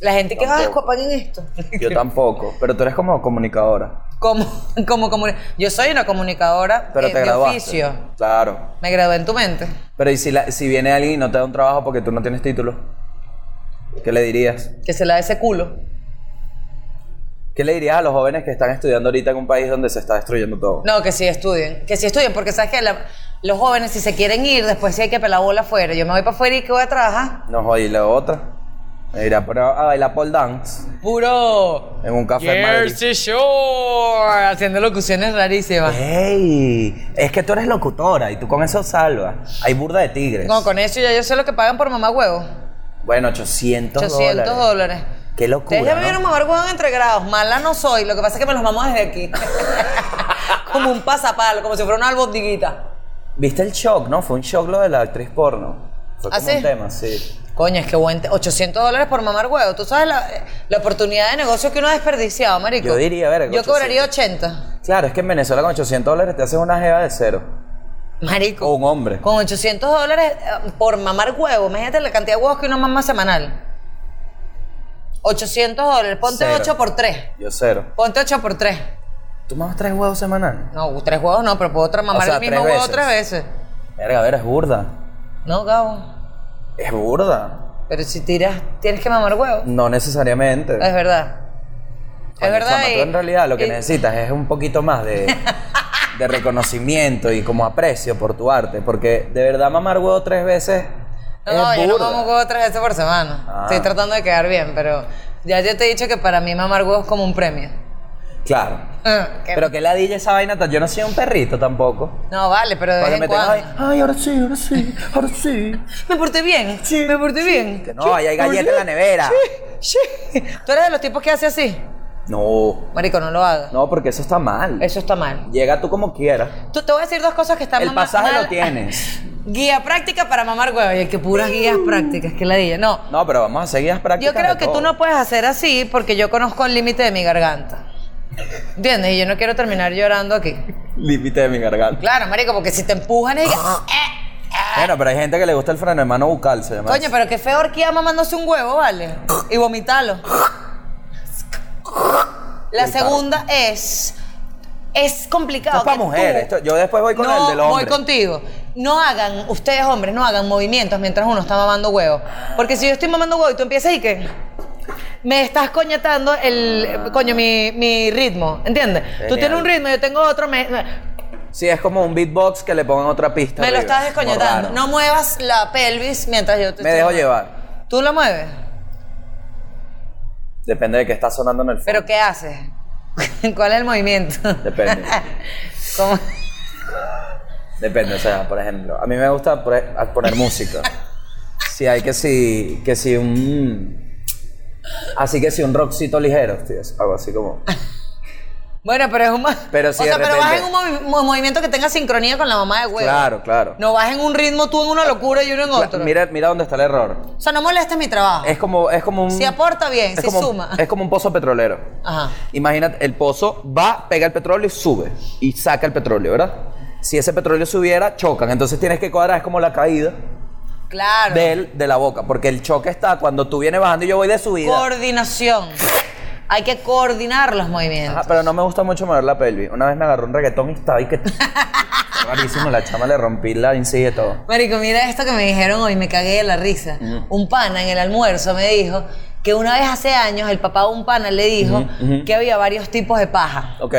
[SPEAKER 2] La gente que va a
[SPEAKER 1] Tampoco.
[SPEAKER 2] paguen esto.
[SPEAKER 1] Yo tampoco, pero tú eres como comunicadora.
[SPEAKER 2] como, como comuni- Yo soy una comunicadora
[SPEAKER 1] Pero
[SPEAKER 2] eh,
[SPEAKER 1] te
[SPEAKER 2] de
[SPEAKER 1] graduaste.
[SPEAKER 2] oficio.
[SPEAKER 1] Claro.
[SPEAKER 2] Me gradué en tu mente.
[SPEAKER 1] Pero ¿y si, la- si viene alguien y no te da un trabajo porque tú no tienes título? ¿Qué le dirías?
[SPEAKER 2] Que se la dé ese culo.
[SPEAKER 1] ¿Qué le dirías a los jóvenes que están estudiando ahorita en un país donde se está destruyendo todo?
[SPEAKER 2] No, que sí estudien. Que sí estudien, porque sabes que la- los jóvenes, si se quieren ir, después sí hay que pelar bola afuera. Yo me voy para afuera y que voy a trabajar.
[SPEAKER 1] No jodí la otra. Me irá por- a bailar ah, pole dance
[SPEAKER 2] Puro.
[SPEAKER 1] en un café en Madrid.
[SPEAKER 2] Jersey Shore. Haciendo locuciones rarísimas.
[SPEAKER 1] ¡Ey! Es que tú eres locutora y tú con eso salvas. Hay burda de tigres.
[SPEAKER 2] No, con eso ya yo sé lo que pagan por mamá huevo.
[SPEAKER 1] Bueno, 800,
[SPEAKER 2] 800
[SPEAKER 1] dólares.
[SPEAKER 2] dólares.
[SPEAKER 1] Qué
[SPEAKER 2] Ustedes
[SPEAKER 1] locura,
[SPEAKER 2] ya me vieron
[SPEAKER 1] ¿no?
[SPEAKER 2] mamar huevo entre grados. Mala no soy. Lo que pasa es que me los mamó desde aquí. como un pasapalo, como si fuera una albondiguita.
[SPEAKER 1] ¿Viste el shock, no? Fue un shock lo de la actriz porno. Fue
[SPEAKER 2] ¿Ah,
[SPEAKER 1] como
[SPEAKER 2] sí?
[SPEAKER 1] un tema, sí.
[SPEAKER 2] Coño, es que buen te- 800 dólares por mamar huevo. Tú sabes la, la oportunidad de negocio que uno ha desperdiciado, marico.
[SPEAKER 1] Yo diría, verga,
[SPEAKER 2] Yo
[SPEAKER 1] 800.
[SPEAKER 2] cobraría 80.
[SPEAKER 1] Claro, es que en Venezuela con 800 dólares te haces una jeva de cero.
[SPEAKER 2] Marico.
[SPEAKER 1] O un hombre.
[SPEAKER 2] Con 800 dólares eh, por mamar huevo. Imagínate la cantidad de huevos que uno mama semanal. 800 dólares. Ponte
[SPEAKER 1] Cero.
[SPEAKER 2] 8 por 3.
[SPEAKER 1] Yo cero.
[SPEAKER 2] Ponte 8 por 3.
[SPEAKER 1] ¿Tú mamas tres huevos semanal?
[SPEAKER 2] No, tres huevos no, pero puedo otra mamar
[SPEAKER 1] O sea,
[SPEAKER 2] el mismo
[SPEAKER 1] tres
[SPEAKER 2] huevo
[SPEAKER 1] veces.
[SPEAKER 2] tres veces.
[SPEAKER 1] Verga, a ver, es burda.
[SPEAKER 2] No, Gabo.
[SPEAKER 1] Es burda.
[SPEAKER 2] Pero si tiras, tienes que mamar huevo.
[SPEAKER 1] No necesariamente.
[SPEAKER 2] Es verdad. es
[SPEAKER 1] Coño,
[SPEAKER 2] verdad.
[SPEAKER 1] chama,
[SPEAKER 2] y-
[SPEAKER 1] tú en realidad lo que
[SPEAKER 2] y-
[SPEAKER 1] necesitas es un poquito más de, de reconocimiento y como aprecio por tu arte. Porque de verdad mamar huevo tres veces
[SPEAKER 2] No,
[SPEAKER 1] es
[SPEAKER 2] no, yo no
[SPEAKER 1] burda.
[SPEAKER 2] mamo huevo tres veces por semana.
[SPEAKER 1] Ah.
[SPEAKER 2] Estoy tratando de quedar bien, pero ya yo te he dicho que para mí mamar huevo es como un premio.
[SPEAKER 1] Claro.
[SPEAKER 2] Ah, que-
[SPEAKER 1] Pero que la DJ esa vaina, tan- yo no soy un perrito tampoco.
[SPEAKER 2] No, vale, pero de
[SPEAKER 1] Para
[SPEAKER 2] vez
[SPEAKER 1] que me
[SPEAKER 2] en
[SPEAKER 1] tengas
[SPEAKER 2] cuando.
[SPEAKER 1] ahí, ay, ahora sí, ahora sí, ahora sí.
[SPEAKER 2] Me porté bien.
[SPEAKER 1] Sí,
[SPEAKER 2] me porté bien.
[SPEAKER 1] Que no, ahí hay galletas en la nevera.
[SPEAKER 2] Sí. ¿Tú eres de los tipos que hace así?
[SPEAKER 1] No,
[SPEAKER 2] Marico, no lo hagas.
[SPEAKER 1] no, porque eso está mal.
[SPEAKER 2] Eso está mal.
[SPEAKER 1] Llega tú como quieras.
[SPEAKER 2] Tú, te voy a decir dos cosas que están
[SPEAKER 1] El
[SPEAKER 2] mamá-
[SPEAKER 1] pasaje
[SPEAKER 2] mal.
[SPEAKER 1] lo tienes.
[SPEAKER 2] Guía práctica para mamar huevo. Y que puras guías prácticas, que la dilla. No.
[SPEAKER 1] No, pero vamos a seguir las
[SPEAKER 2] Yo
[SPEAKER 1] prácticas.
[SPEAKER 2] creo
[SPEAKER 1] de
[SPEAKER 2] que
[SPEAKER 1] todo.
[SPEAKER 2] tú no puedes hacer así porque yo conozco el límite de mi garganta. ¿Entiendes? Y yo no quiero terminar llorando aquí.
[SPEAKER 1] Límite de mi garganta.
[SPEAKER 2] Claro, marico, porque si te empujan y
[SPEAKER 1] Bueno, pero hay gente que le gusta el freno de mano bucal, se llama.
[SPEAKER 2] Coño, pero qué feo orquía mamándose un huevo, ¿vale? Y vomitarlo. La segunda es... Es complicado.
[SPEAKER 1] Esto es pa'
[SPEAKER 2] que tú-
[SPEAKER 1] mujer, esto- yo después voy con
[SPEAKER 2] No,
[SPEAKER 1] el del hombre.
[SPEAKER 2] voy contigo. No hagan, ustedes hombres, no hagan movimientos mientras uno está mamando huevo. Porque si yo estoy mamando huevo y tú empiezas y que... Me estás coñetando el... Coño, mi, mi ritmo, ¿entiendes? Tú
[SPEAKER 1] Genial.
[SPEAKER 2] tienes un ritmo, yo tengo otro... Me, me-
[SPEAKER 1] Sí, es como un beatbox que le pongan otra pista.
[SPEAKER 2] me lo
[SPEAKER 1] arriba,
[SPEAKER 2] estás descoñetando.
[SPEAKER 1] como raro.
[SPEAKER 2] No muevas la pelvis mientras yo te
[SPEAKER 1] Me
[SPEAKER 2] estoy
[SPEAKER 1] dejo
[SPEAKER 2] mamando.
[SPEAKER 1] llevar.
[SPEAKER 2] ¿Tú lo mueves?
[SPEAKER 1] Depende de qué está sonando en el fondo.
[SPEAKER 2] ¿Pero qué haces? ¿Cuál es el movimiento?
[SPEAKER 1] Depende.
[SPEAKER 2] ¿Cómo?
[SPEAKER 1] Depende, o sea, por ejemplo, a mí me gusta por- a poner música. Si hay que si que si un así que si un rockcito ligero, tío, algo así como.
[SPEAKER 2] Bueno, pero es un... mo-
[SPEAKER 1] Pero si
[SPEAKER 2] o sea,
[SPEAKER 1] de
[SPEAKER 2] pero vas en
[SPEAKER 1] repente-
[SPEAKER 2] un movi- mo- movimiento que tenga sincronía con la mamá de huevo.
[SPEAKER 1] Claro, claro.
[SPEAKER 2] No vas en un ritmo tú en una locura y uno en
[SPEAKER 1] Cla-
[SPEAKER 2] otro.
[SPEAKER 1] Mira, mira dónde está el error.
[SPEAKER 2] O sea, no molestes mi trabajo.
[SPEAKER 1] Es como es como un
[SPEAKER 2] Si aporta bien,
[SPEAKER 1] es
[SPEAKER 2] si
[SPEAKER 1] como-
[SPEAKER 2] suma.
[SPEAKER 1] Es como un pozo petrolero.
[SPEAKER 2] Ajá.
[SPEAKER 1] Imagínate, el pozo va, pega el petróleo y sube. Y saca el petróleo, ¿verdad? Si ese petróleo subiera, chocan. Entonces tienes que cuadrar, es como la caída
[SPEAKER 2] Claro.
[SPEAKER 1] del, de la boca. Porque el choque está cuando tú vienes bajando y yo voy de subida.
[SPEAKER 2] Coordinación. Hay que coordinar los
[SPEAKER 1] Ajá,
[SPEAKER 2] movimientos.
[SPEAKER 1] pero no me gusta mucho mover la pelvis. Una vez me agarró un reggaetón y estaba ahí que... Fue rarísimo, la chama le rompí la encía y todo.
[SPEAKER 2] Marico, mira esto que me dijeron hoy, me cagué de la risa. Un pana en el almuerzo me dijo que una vez hace años el papá de un pana le dijo que había varios tipos de paja.
[SPEAKER 1] Ok.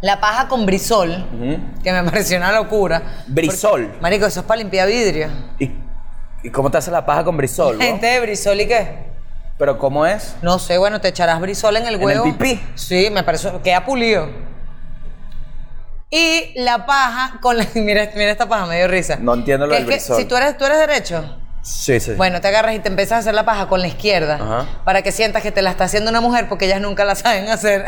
[SPEAKER 2] La paja con brisol, que me pareció una locura.
[SPEAKER 1] Brisol.
[SPEAKER 2] Porque- marico, eso es para limpiar vidrio.
[SPEAKER 1] ¿Y, y cómo te hace la paja con brisol? weón?
[SPEAKER 2] Gente de brisol y qué?
[SPEAKER 1] ¿Pero cómo es?
[SPEAKER 2] No sé, bueno, te echarás brisol en el
[SPEAKER 1] ¿En
[SPEAKER 2] huevo.
[SPEAKER 1] el pipí?
[SPEAKER 2] Sí, me pareció, queda pulido. Y la paja con la. Mira, mira esta paja, me dio risa.
[SPEAKER 1] No entiendo lo
[SPEAKER 2] Que
[SPEAKER 1] del
[SPEAKER 2] es que
[SPEAKER 1] brisol.
[SPEAKER 2] Si tú eres, tú eres derecho.
[SPEAKER 1] Sí, sí.
[SPEAKER 2] Bueno, te agarras y te empiezas a hacer la paja con la izquierda
[SPEAKER 1] Ajá.
[SPEAKER 2] para que sientas que te la está haciendo una mujer porque ellas nunca la saben hacer.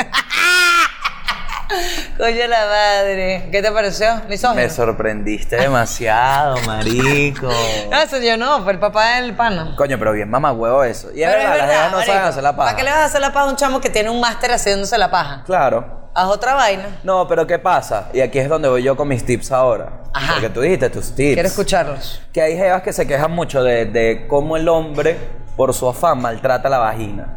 [SPEAKER 2] Coño la madre. ¿Qué te pareció? Misógino.
[SPEAKER 1] Me sorprendiste demasiado, marico.
[SPEAKER 2] No, Ah, eso yo no, fue el papá del pana.
[SPEAKER 1] Coño, pero bien mamá huevo eso. Y es
[SPEAKER 2] Pero
[SPEAKER 1] verdad, las dejas no saben
[SPEAKER 2] marico.
[SPEAKER 1] hacer la paja.
[SPEAKER 2] ¿Para qué le vas a hacer la paja a un chamo que tiene un máster haciéndose la paja?
[SPEAKER 1] Claro.
[SPEAKER 2] Haz otra vaina.
[SPEAKER 1] No, pero ¿qué pasa? Y aquí es donde voy yo con mis tips ahora.
[SPEAKER 2] Ajá.
[SPEAKER 1] Porque tú dijiste tus tips.
[SPEAKER 2] Quiero escucharlos.
[SPEAKER 1] Que hay jevas que se quejan mucho de, de cómo el hombre, por su afán, maltrata la vagina.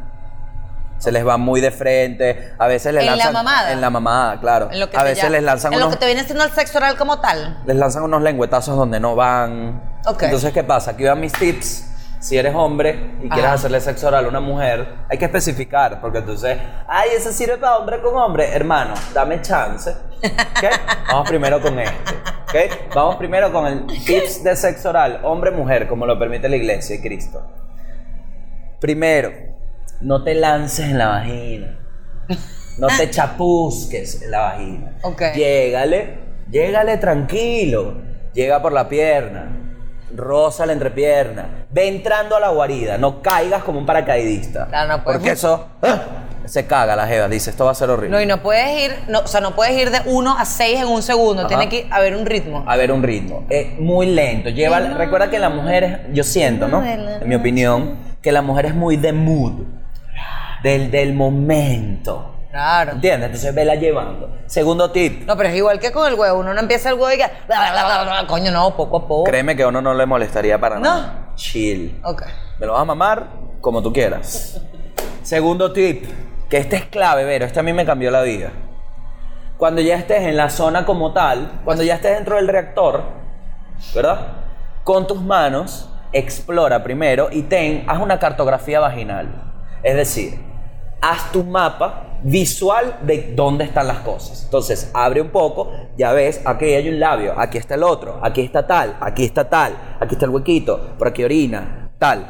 [SPEAKER 1] Se les va muy de frente. A veces les
[SPEAKER 2] En la
[SPEAKER 1] lanzan.
[SPEAKER 2] mamada.
[SPEAKER 1] En la mamada, claro.
[SPEAKER 2] En lo que
[SPEAKER 1] a
[SPEAKER 2] se
[SPEAKER 1] veces
[SPEAKER 2] llama-
[SPEAKER 1] les lanzan
[SPEAKER 2] En
[SPEAKER 1] unos.
[SPEAKER 2] lo que te viene siendo el sexo oral como tal.
[SPEAKER 1] les lanzan unos lengüetazos donde no van.
[SPEAKER 2] Ok.
[SPEAKER 1] Entonces, ¿qué pasa? Aquí van mis tips. Si eres hombre y quieres
[SPEAKER 2] Ajá.
[SPEAKER 1] hacerle sexo oral a una mujer, hay que especificar, porque entonces, ay, eso sirve para hombre con hombre. Hermano, dame chance. ¿ok? Vamos primero con este. ¿ok? Vamos primero con el tips de sexo oral, hombre-mujer, como lo permite la iglesia y Cristo. Primero, no te lances en la vagina. No te chapuzques en la vagina.
[SPEAKER 2] Ok.
[SPEAKER 1] Llégale, llégale tranquilo. Llega por la pierna. Rosa la entrepierna. Ve entrando a la guarida. No caigas como un paracaidista.
[SPEAKER 2] Claro, no pues, puedes.
[SPEAKER 1] Porque eso ¡ah! se caga la jeva. Dice, esto va a ser horrible.
[SPEAKER 2] No, y no puedes ir, no, o sea, no puedes ir de uno a seis en un segundo.
[SPEAKER 1] Ajá.
[SPEAKER 2] Tiene que haber un ritmo.
[SPEAKER 1] A ver un ritmo. Es muy lento. Lleva, recuerda que la mujer, es- yo siento, ¿no? En mi opinión, que la mujer es muy de mood. Del, del momento.
[SPEAKER 2] Claro.
[SPEAKER 1] ¿Entiendes? Entonces vela llevando. Segundo tip.
[SPEAKER 2] No, pero es igual que con el huevo. Uno no empieza el huevo y que. bla, bla, bla, bla, Coño, no, poco a poco.
[SPEAKER 1] Créeme que a uno no le molestaría para
[SPEAKER 2] No.
[SPEAKER 1] nada. Chill.
[SPEAKER 2] Ok.
[SPEAKER 1] Me lo vas a mamar como tú quieras. Segundo tip, que este es clave, Vero. Este a mí me cambió la vida. Cuando ya estés en la zona como tal, cuando ya estés dentro del reactor, ¿verdad? Con tus manos, explora primero y ten, haz una cartografía vaginal. Es decir, haz tu mapa visual de dónde están las cosas. Entonces, abre un poco, ya ves, aquí hay un labio, aquí está el otro, aquí está tal, aquí está tal, aquí está el huequito, por aquí orina, tal.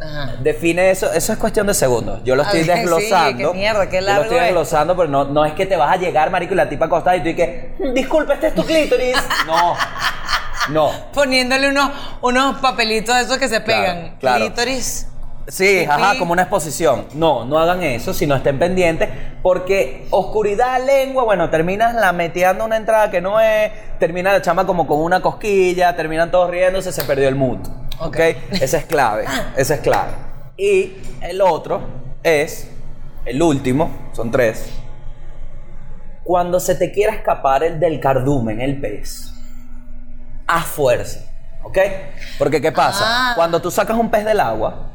[SPEAKER 2] Ajá.
[SPEAKER 1] Define eso, eso es cuestión de segundos. Yo lo
[SPEAKER 2] A
[SPEAKER 1] estoy
[SPEAKER 2] ver, sí,
[SPEAKER 1] desglosando.
[SPEAKER 2] qué mierda, qué
[SPEAKER 1] Yo
[SPEAKER 2] largo
[SPEAKER 1] lo estoy
[SPEAKER 2] es.
[SPEAKER 1] desglosando, pero no, no es que te vas a llegar, marico, y la tipa acostada y tú y que, disculpa, este es tu clítoris. no. No.
[SPEAKER 2] Poniéndole unos, unos papelitos de esos que se pegan.
[SPEAKER 1] claro.
[SPEAKER 2] Clítoris.
[SPEAKER 1] Sí,
[SPEAKER 2] Pipí.
[SPEAKER 1] ajá, como una exposición. No, no hagan eso, si no estén pendientes, porque oscuridad, lengua, bueno, terminas la meteando una entrada que no es, termina la chama como con una cosquilla, terminan todos riéndose, se perdió el mood. ¿Ok? Esa es clave, esa es clave. Y el otro es, el último, son tres, cuando se te quiera escapar el del cardumen, el pez, haz fuerza, ¿ok? Porque ¿qué pasa?
[SPEAKER 2] Ah.
[SPEAKER 1] Cuando tú sacas un pez del agua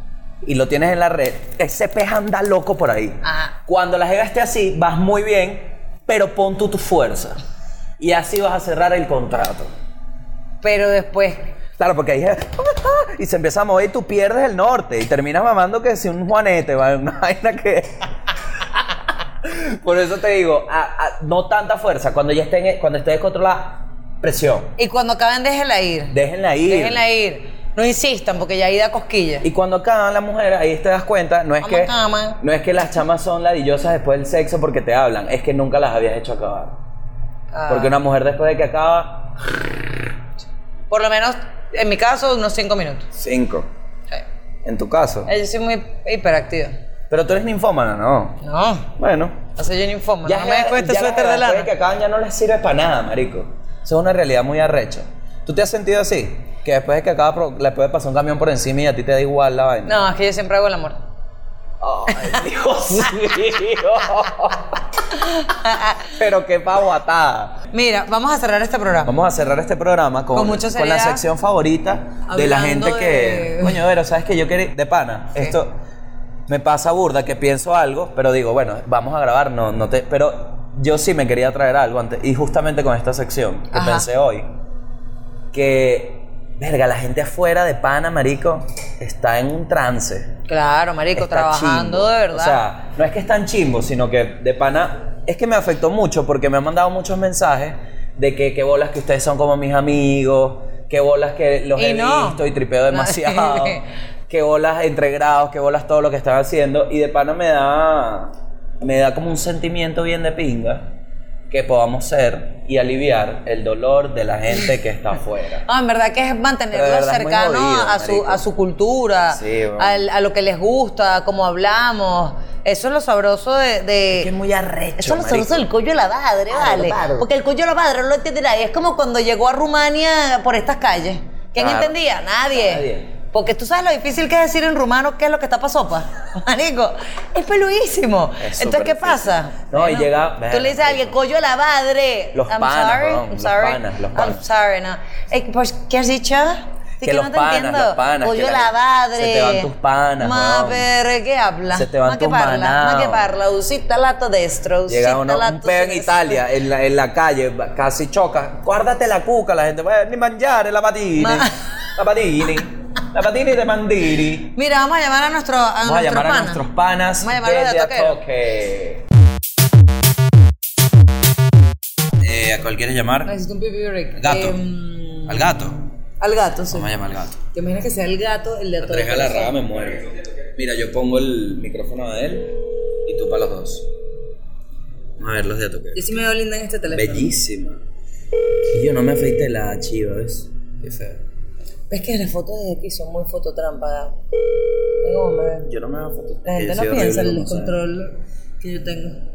[SPEAKER 1] y lo tienes en la red, ese pez anda loco por ahí.
[SPEAKER 2] Ajá.
[SPEAKER 1] Cuando la jeva esté así, vas muy bien, pero pon tú tu fuerza. Y así vas a cerrar el contrato.
[SPEAKER 2] Pero después.
[SPEAKER 1] Claro, porque ahí y se empieza a mover y tú pierdes el norte y terminas mamando que si un juanete, va, una vaina que... Por eso te digo, a- a- no tanta fuerza. Cuando ya estén, cuando esté descontrolada, presión.
[SPEAKER 2] Y cuando acaben, déjela ir.
[SPEAKER 1] Déjenla ir.
[SPEAKER 2] Déjenla ir. No insistan, porque ya ahí da cosquilla.
[SPEAKER 1] Y cuando acaban las mujeres, ahí te das cuenta, no es
[SPEAKER 2] Vamos,
[SPEAKER 1] que
[SPEAKER 2] cama.
[SPEAKER 1] no es que las chamas son ladillosas después del sexo porque te hablan, es que nunca las habías hecho acabar.
[SPEAKER 2] Ah,
[SPEAKER 1] Porque una mujer después de que acaba,
[SPEAKER 2] Por lo menos, en mi caso, unos cinco minutos.
[SPEAKER 1] cinco.
[SPEAKER 2] Sí.
[SPEAKER 1] En tu caso.
[SPEAKER 2] Eh, Yo soy muy hiperactiva.
[SPEAKER 1] Pero tú eres ninfómana, ¿no?
[SPEAKER 2] No.
[SPEAKER 1] Bueno.
[SPEAKER 2] O sea, yo ni informo. no me
[SPEAKER 1] las-
[SPEAKER 2] dejo este
[SPEAKER 1] ya las
[SPEAKER 2] suéter de
[SPEAKER 1] después
[SPEAKER 2] lana.
[SPEAKER 1] que acaban ya no les sirve para nada, marico. Eso es una realidad muy arrecha. ¿Tú te has sentido así? Que después de que acaba pro- les puede pasar un camión por encima y a ti te da igual la vaina.
[SPEAKER 2] No, es que yo siempre hago el amor.
[SPEAKER 1] Ay, Dios mío. Pero qué pavotada.
[SPEAKER 2] Mira, vamos a cerrar este programa.
[SPEAKER 1] Vamos a cerrar este programa con,
[SPEAKER 2] Con mucha
[SPEAKER 1] con la
[SPEAKER 2] seriedad.
[SPEAKER 1] sección favorita de la
[SPEAKER 2] Hablando
[SPEAKER 1] gente que.
[SPEAKER 2] de-
[SPEAKER 1] Coño, pero sabes que yo quería. De pana, esto me pasa burda que pienso algo, pero digo, bueno, vamos a grabar, no, no te. Pero yo sí me quería traer algo antes. Y justamente con esta sección que
[SPEAKER 2] Ajá.
[SPEAKER 1] pensé hoy. Que. Verga, la gente afuera de pana, marico, está en un trance.
[SPEAKER 2] Claro, marico,
[SPEAKER 1] Está
[SPEAKER 2] trabajando
[SPEAKER 1] chimbo.
[SPEAKER 2] de
[SPEAKER 1] O
[SPEAKER 2] verdad.
[SPEAKER 1] sea, no es que están chimbos, sino que de pana es que me afectó mucho porque me han mandado muchos mensajes de que qué bolas que ustedes son como mis amigos, qué bolas que los
[SPEAKER 2] Y
[SPEAKER 1] he
[SPEAKER 2] no.
[SPEAKER 1] visto y tripeo demasiado,
[SPEAKER 2] No.
[SPEAKER 1] qué bolas entre grados, qué bolas todo lo que están haciendo y de pana me da me da como un sentimiento bien de pinga que podamos ser y aliviar el dolor de la gente que está afuera.
[SPEAKER 2] Ah, en verdad que es
[SPEAKER 1] Pero de
[SPEAKER 2] mantenerlos
[SPEAKER 1] verdad es muy
[SPEAKER 2] cercanos
[SPEAKER 1] jodido,
[SPEAKER 2] a, su,
[SPEAKER 1] marico.
[SPEAKER 2] a su cultura,
[SPEAKER 1] Sí, weón.
[SPEAKER 2] al- a lo que les gusta, a cómo hablamos. Eso es lo sabroso de... de-
[SPEAKER 1] Es que es muy arrecho,
[SPEAKER 2] Eso es lo
[SPEAKER 1] marico. Ah,
[SPEAKER 2] sabroso del cuello de la madre, ¿vale? Porque el cuello de la madre no lo entiende nadie. Es como cuando llegó a Rumania por estas calles. ¿Quién
[SPEAKER 1] Claro.
[SPEAKER 2] entendía? Nadie.
[SPEAKER 1] Nadie.
[SPEAKER 2] Porque tú sabes lo difícil que es decir en rumano qué es lo que está pa' sopa. Marico, es peluísimo.
[SPEAKER 1] Es
[SPEAKER 2] Entonces,
[SPEAKER 1] súper
[SPEAKER 2] ¿qué
[SPEAKER 1] difícil.
[SPEAKER 2] pasa?
[SPEAKER 1] No, y llega-
[SPEAKER 2] Tú le dices a alguien, cuello de la madre.
[SPEAKER 1] Los
[SPEAKER 2] I'm
[SPEAKER 1] panas,
[SPEAKER 2] sorry,
[SPEAKER 1] weón,
[SPEAKER 2] I'm
[SPEAKER 1] los
[SPEAKER 2] sorry.
[SPEAKER 1] panas, los
[SPEAKER 2] I'm
[SPEAKER 1] panas.
[SPEAKER 2] sorry, no. Eh, pues, ¿Qué has dicho? Sí,
[SPEAKER 1] que, los
[SPEAKER 2] no te
[SPEAKER 1] panas,
[SPEAKER 2] entiendo.
[SPEAKER 1] los panas. que
[SPEAKER 2] Pollo la madre.
[SPEAKER 1] Se te van tus panas.
[SPEAKER 2] Ma,
[SPEAKER 1] weón.
[SPEAKER 2] per, ¿qué habla?
[SPEAKER 1] Se te van
[SPEAKER 2] Ma que
[SPEAKER 1] tus
[SPEAKER 2] parla, ma
[SPEAKER 1] manaos.
[SPEAKER 2] que parla. Usita lato destro, usita
[SPEAKER 1] Llega uno, un
[SPEAKER 2] lato
[SPEAKER 1] peo en
[SPEAKER 2] sestro.
[SPEAKER 1] Italia, en la, en la calle, va- casi choca. Guardate la cuca, la gente. "Eh, Ni mangiare la patini.
[SPEAKER 2] Ma-
[SPEAKER 1] La patini. La patini de mandiri.
[SPEAKER 2] Mira, vamos a llamar a nuestro a
[SPEAKER 1] Vamos a
[SPEAKER 2] nuestro
[SPEAKER 1] llamar
[SPEAKER 2] pana.
[SPEAKER 1] a nuestros panas.
[SPEAKER 2] Vamos a llamar a los de
[SPEAKER 1] Delia
[SPEAKER 2] Toquero.
[SPEAKER 1] Toque. Eh, ¿A cuál quieres llamar?
[SPEAKER 2] Necesito un pipi break.
[SPEAKER 1] Gato.
[SPEAKER 2] Em,
[SPEAKER 1] Al gato.
[SPEAKER 2] al gato, sí.
[SPEAKER 1] Vamos a llamar al gato.
[SPEAKER 2] ¿Te imaginas que sea el gato el de a todo
[SPEAKER 1] Andrés
[SPEAKER 2] color?
[SPEAKER 1] Galarraga me muere. Mira, yo pongo el micrófono de él y tú para los dos. Vamos a ver los de Toque.
[SPEAKER 2] Yo sí me veo linda en este teléfono.
[SPEAKER 1] Bellísima. Y yo no me afeité la chiva, ¿ves? Qué feo.
[SPEAKER 2] Ves que las fotos desde aquí son muy fototrampa. Tengo hombre.
[SPEAKER 1] Yo no me hago fotos.
[SPEAKER 2] La gente
[SPEAKER 1] Yo
[SPEAKER 2] no
[SPEAKER 1] soy horrible
[SPEAKER 2] piensa en el
[SPEAKER 1] como sea.
[SPEAKER 2] descontrol que yo tengo.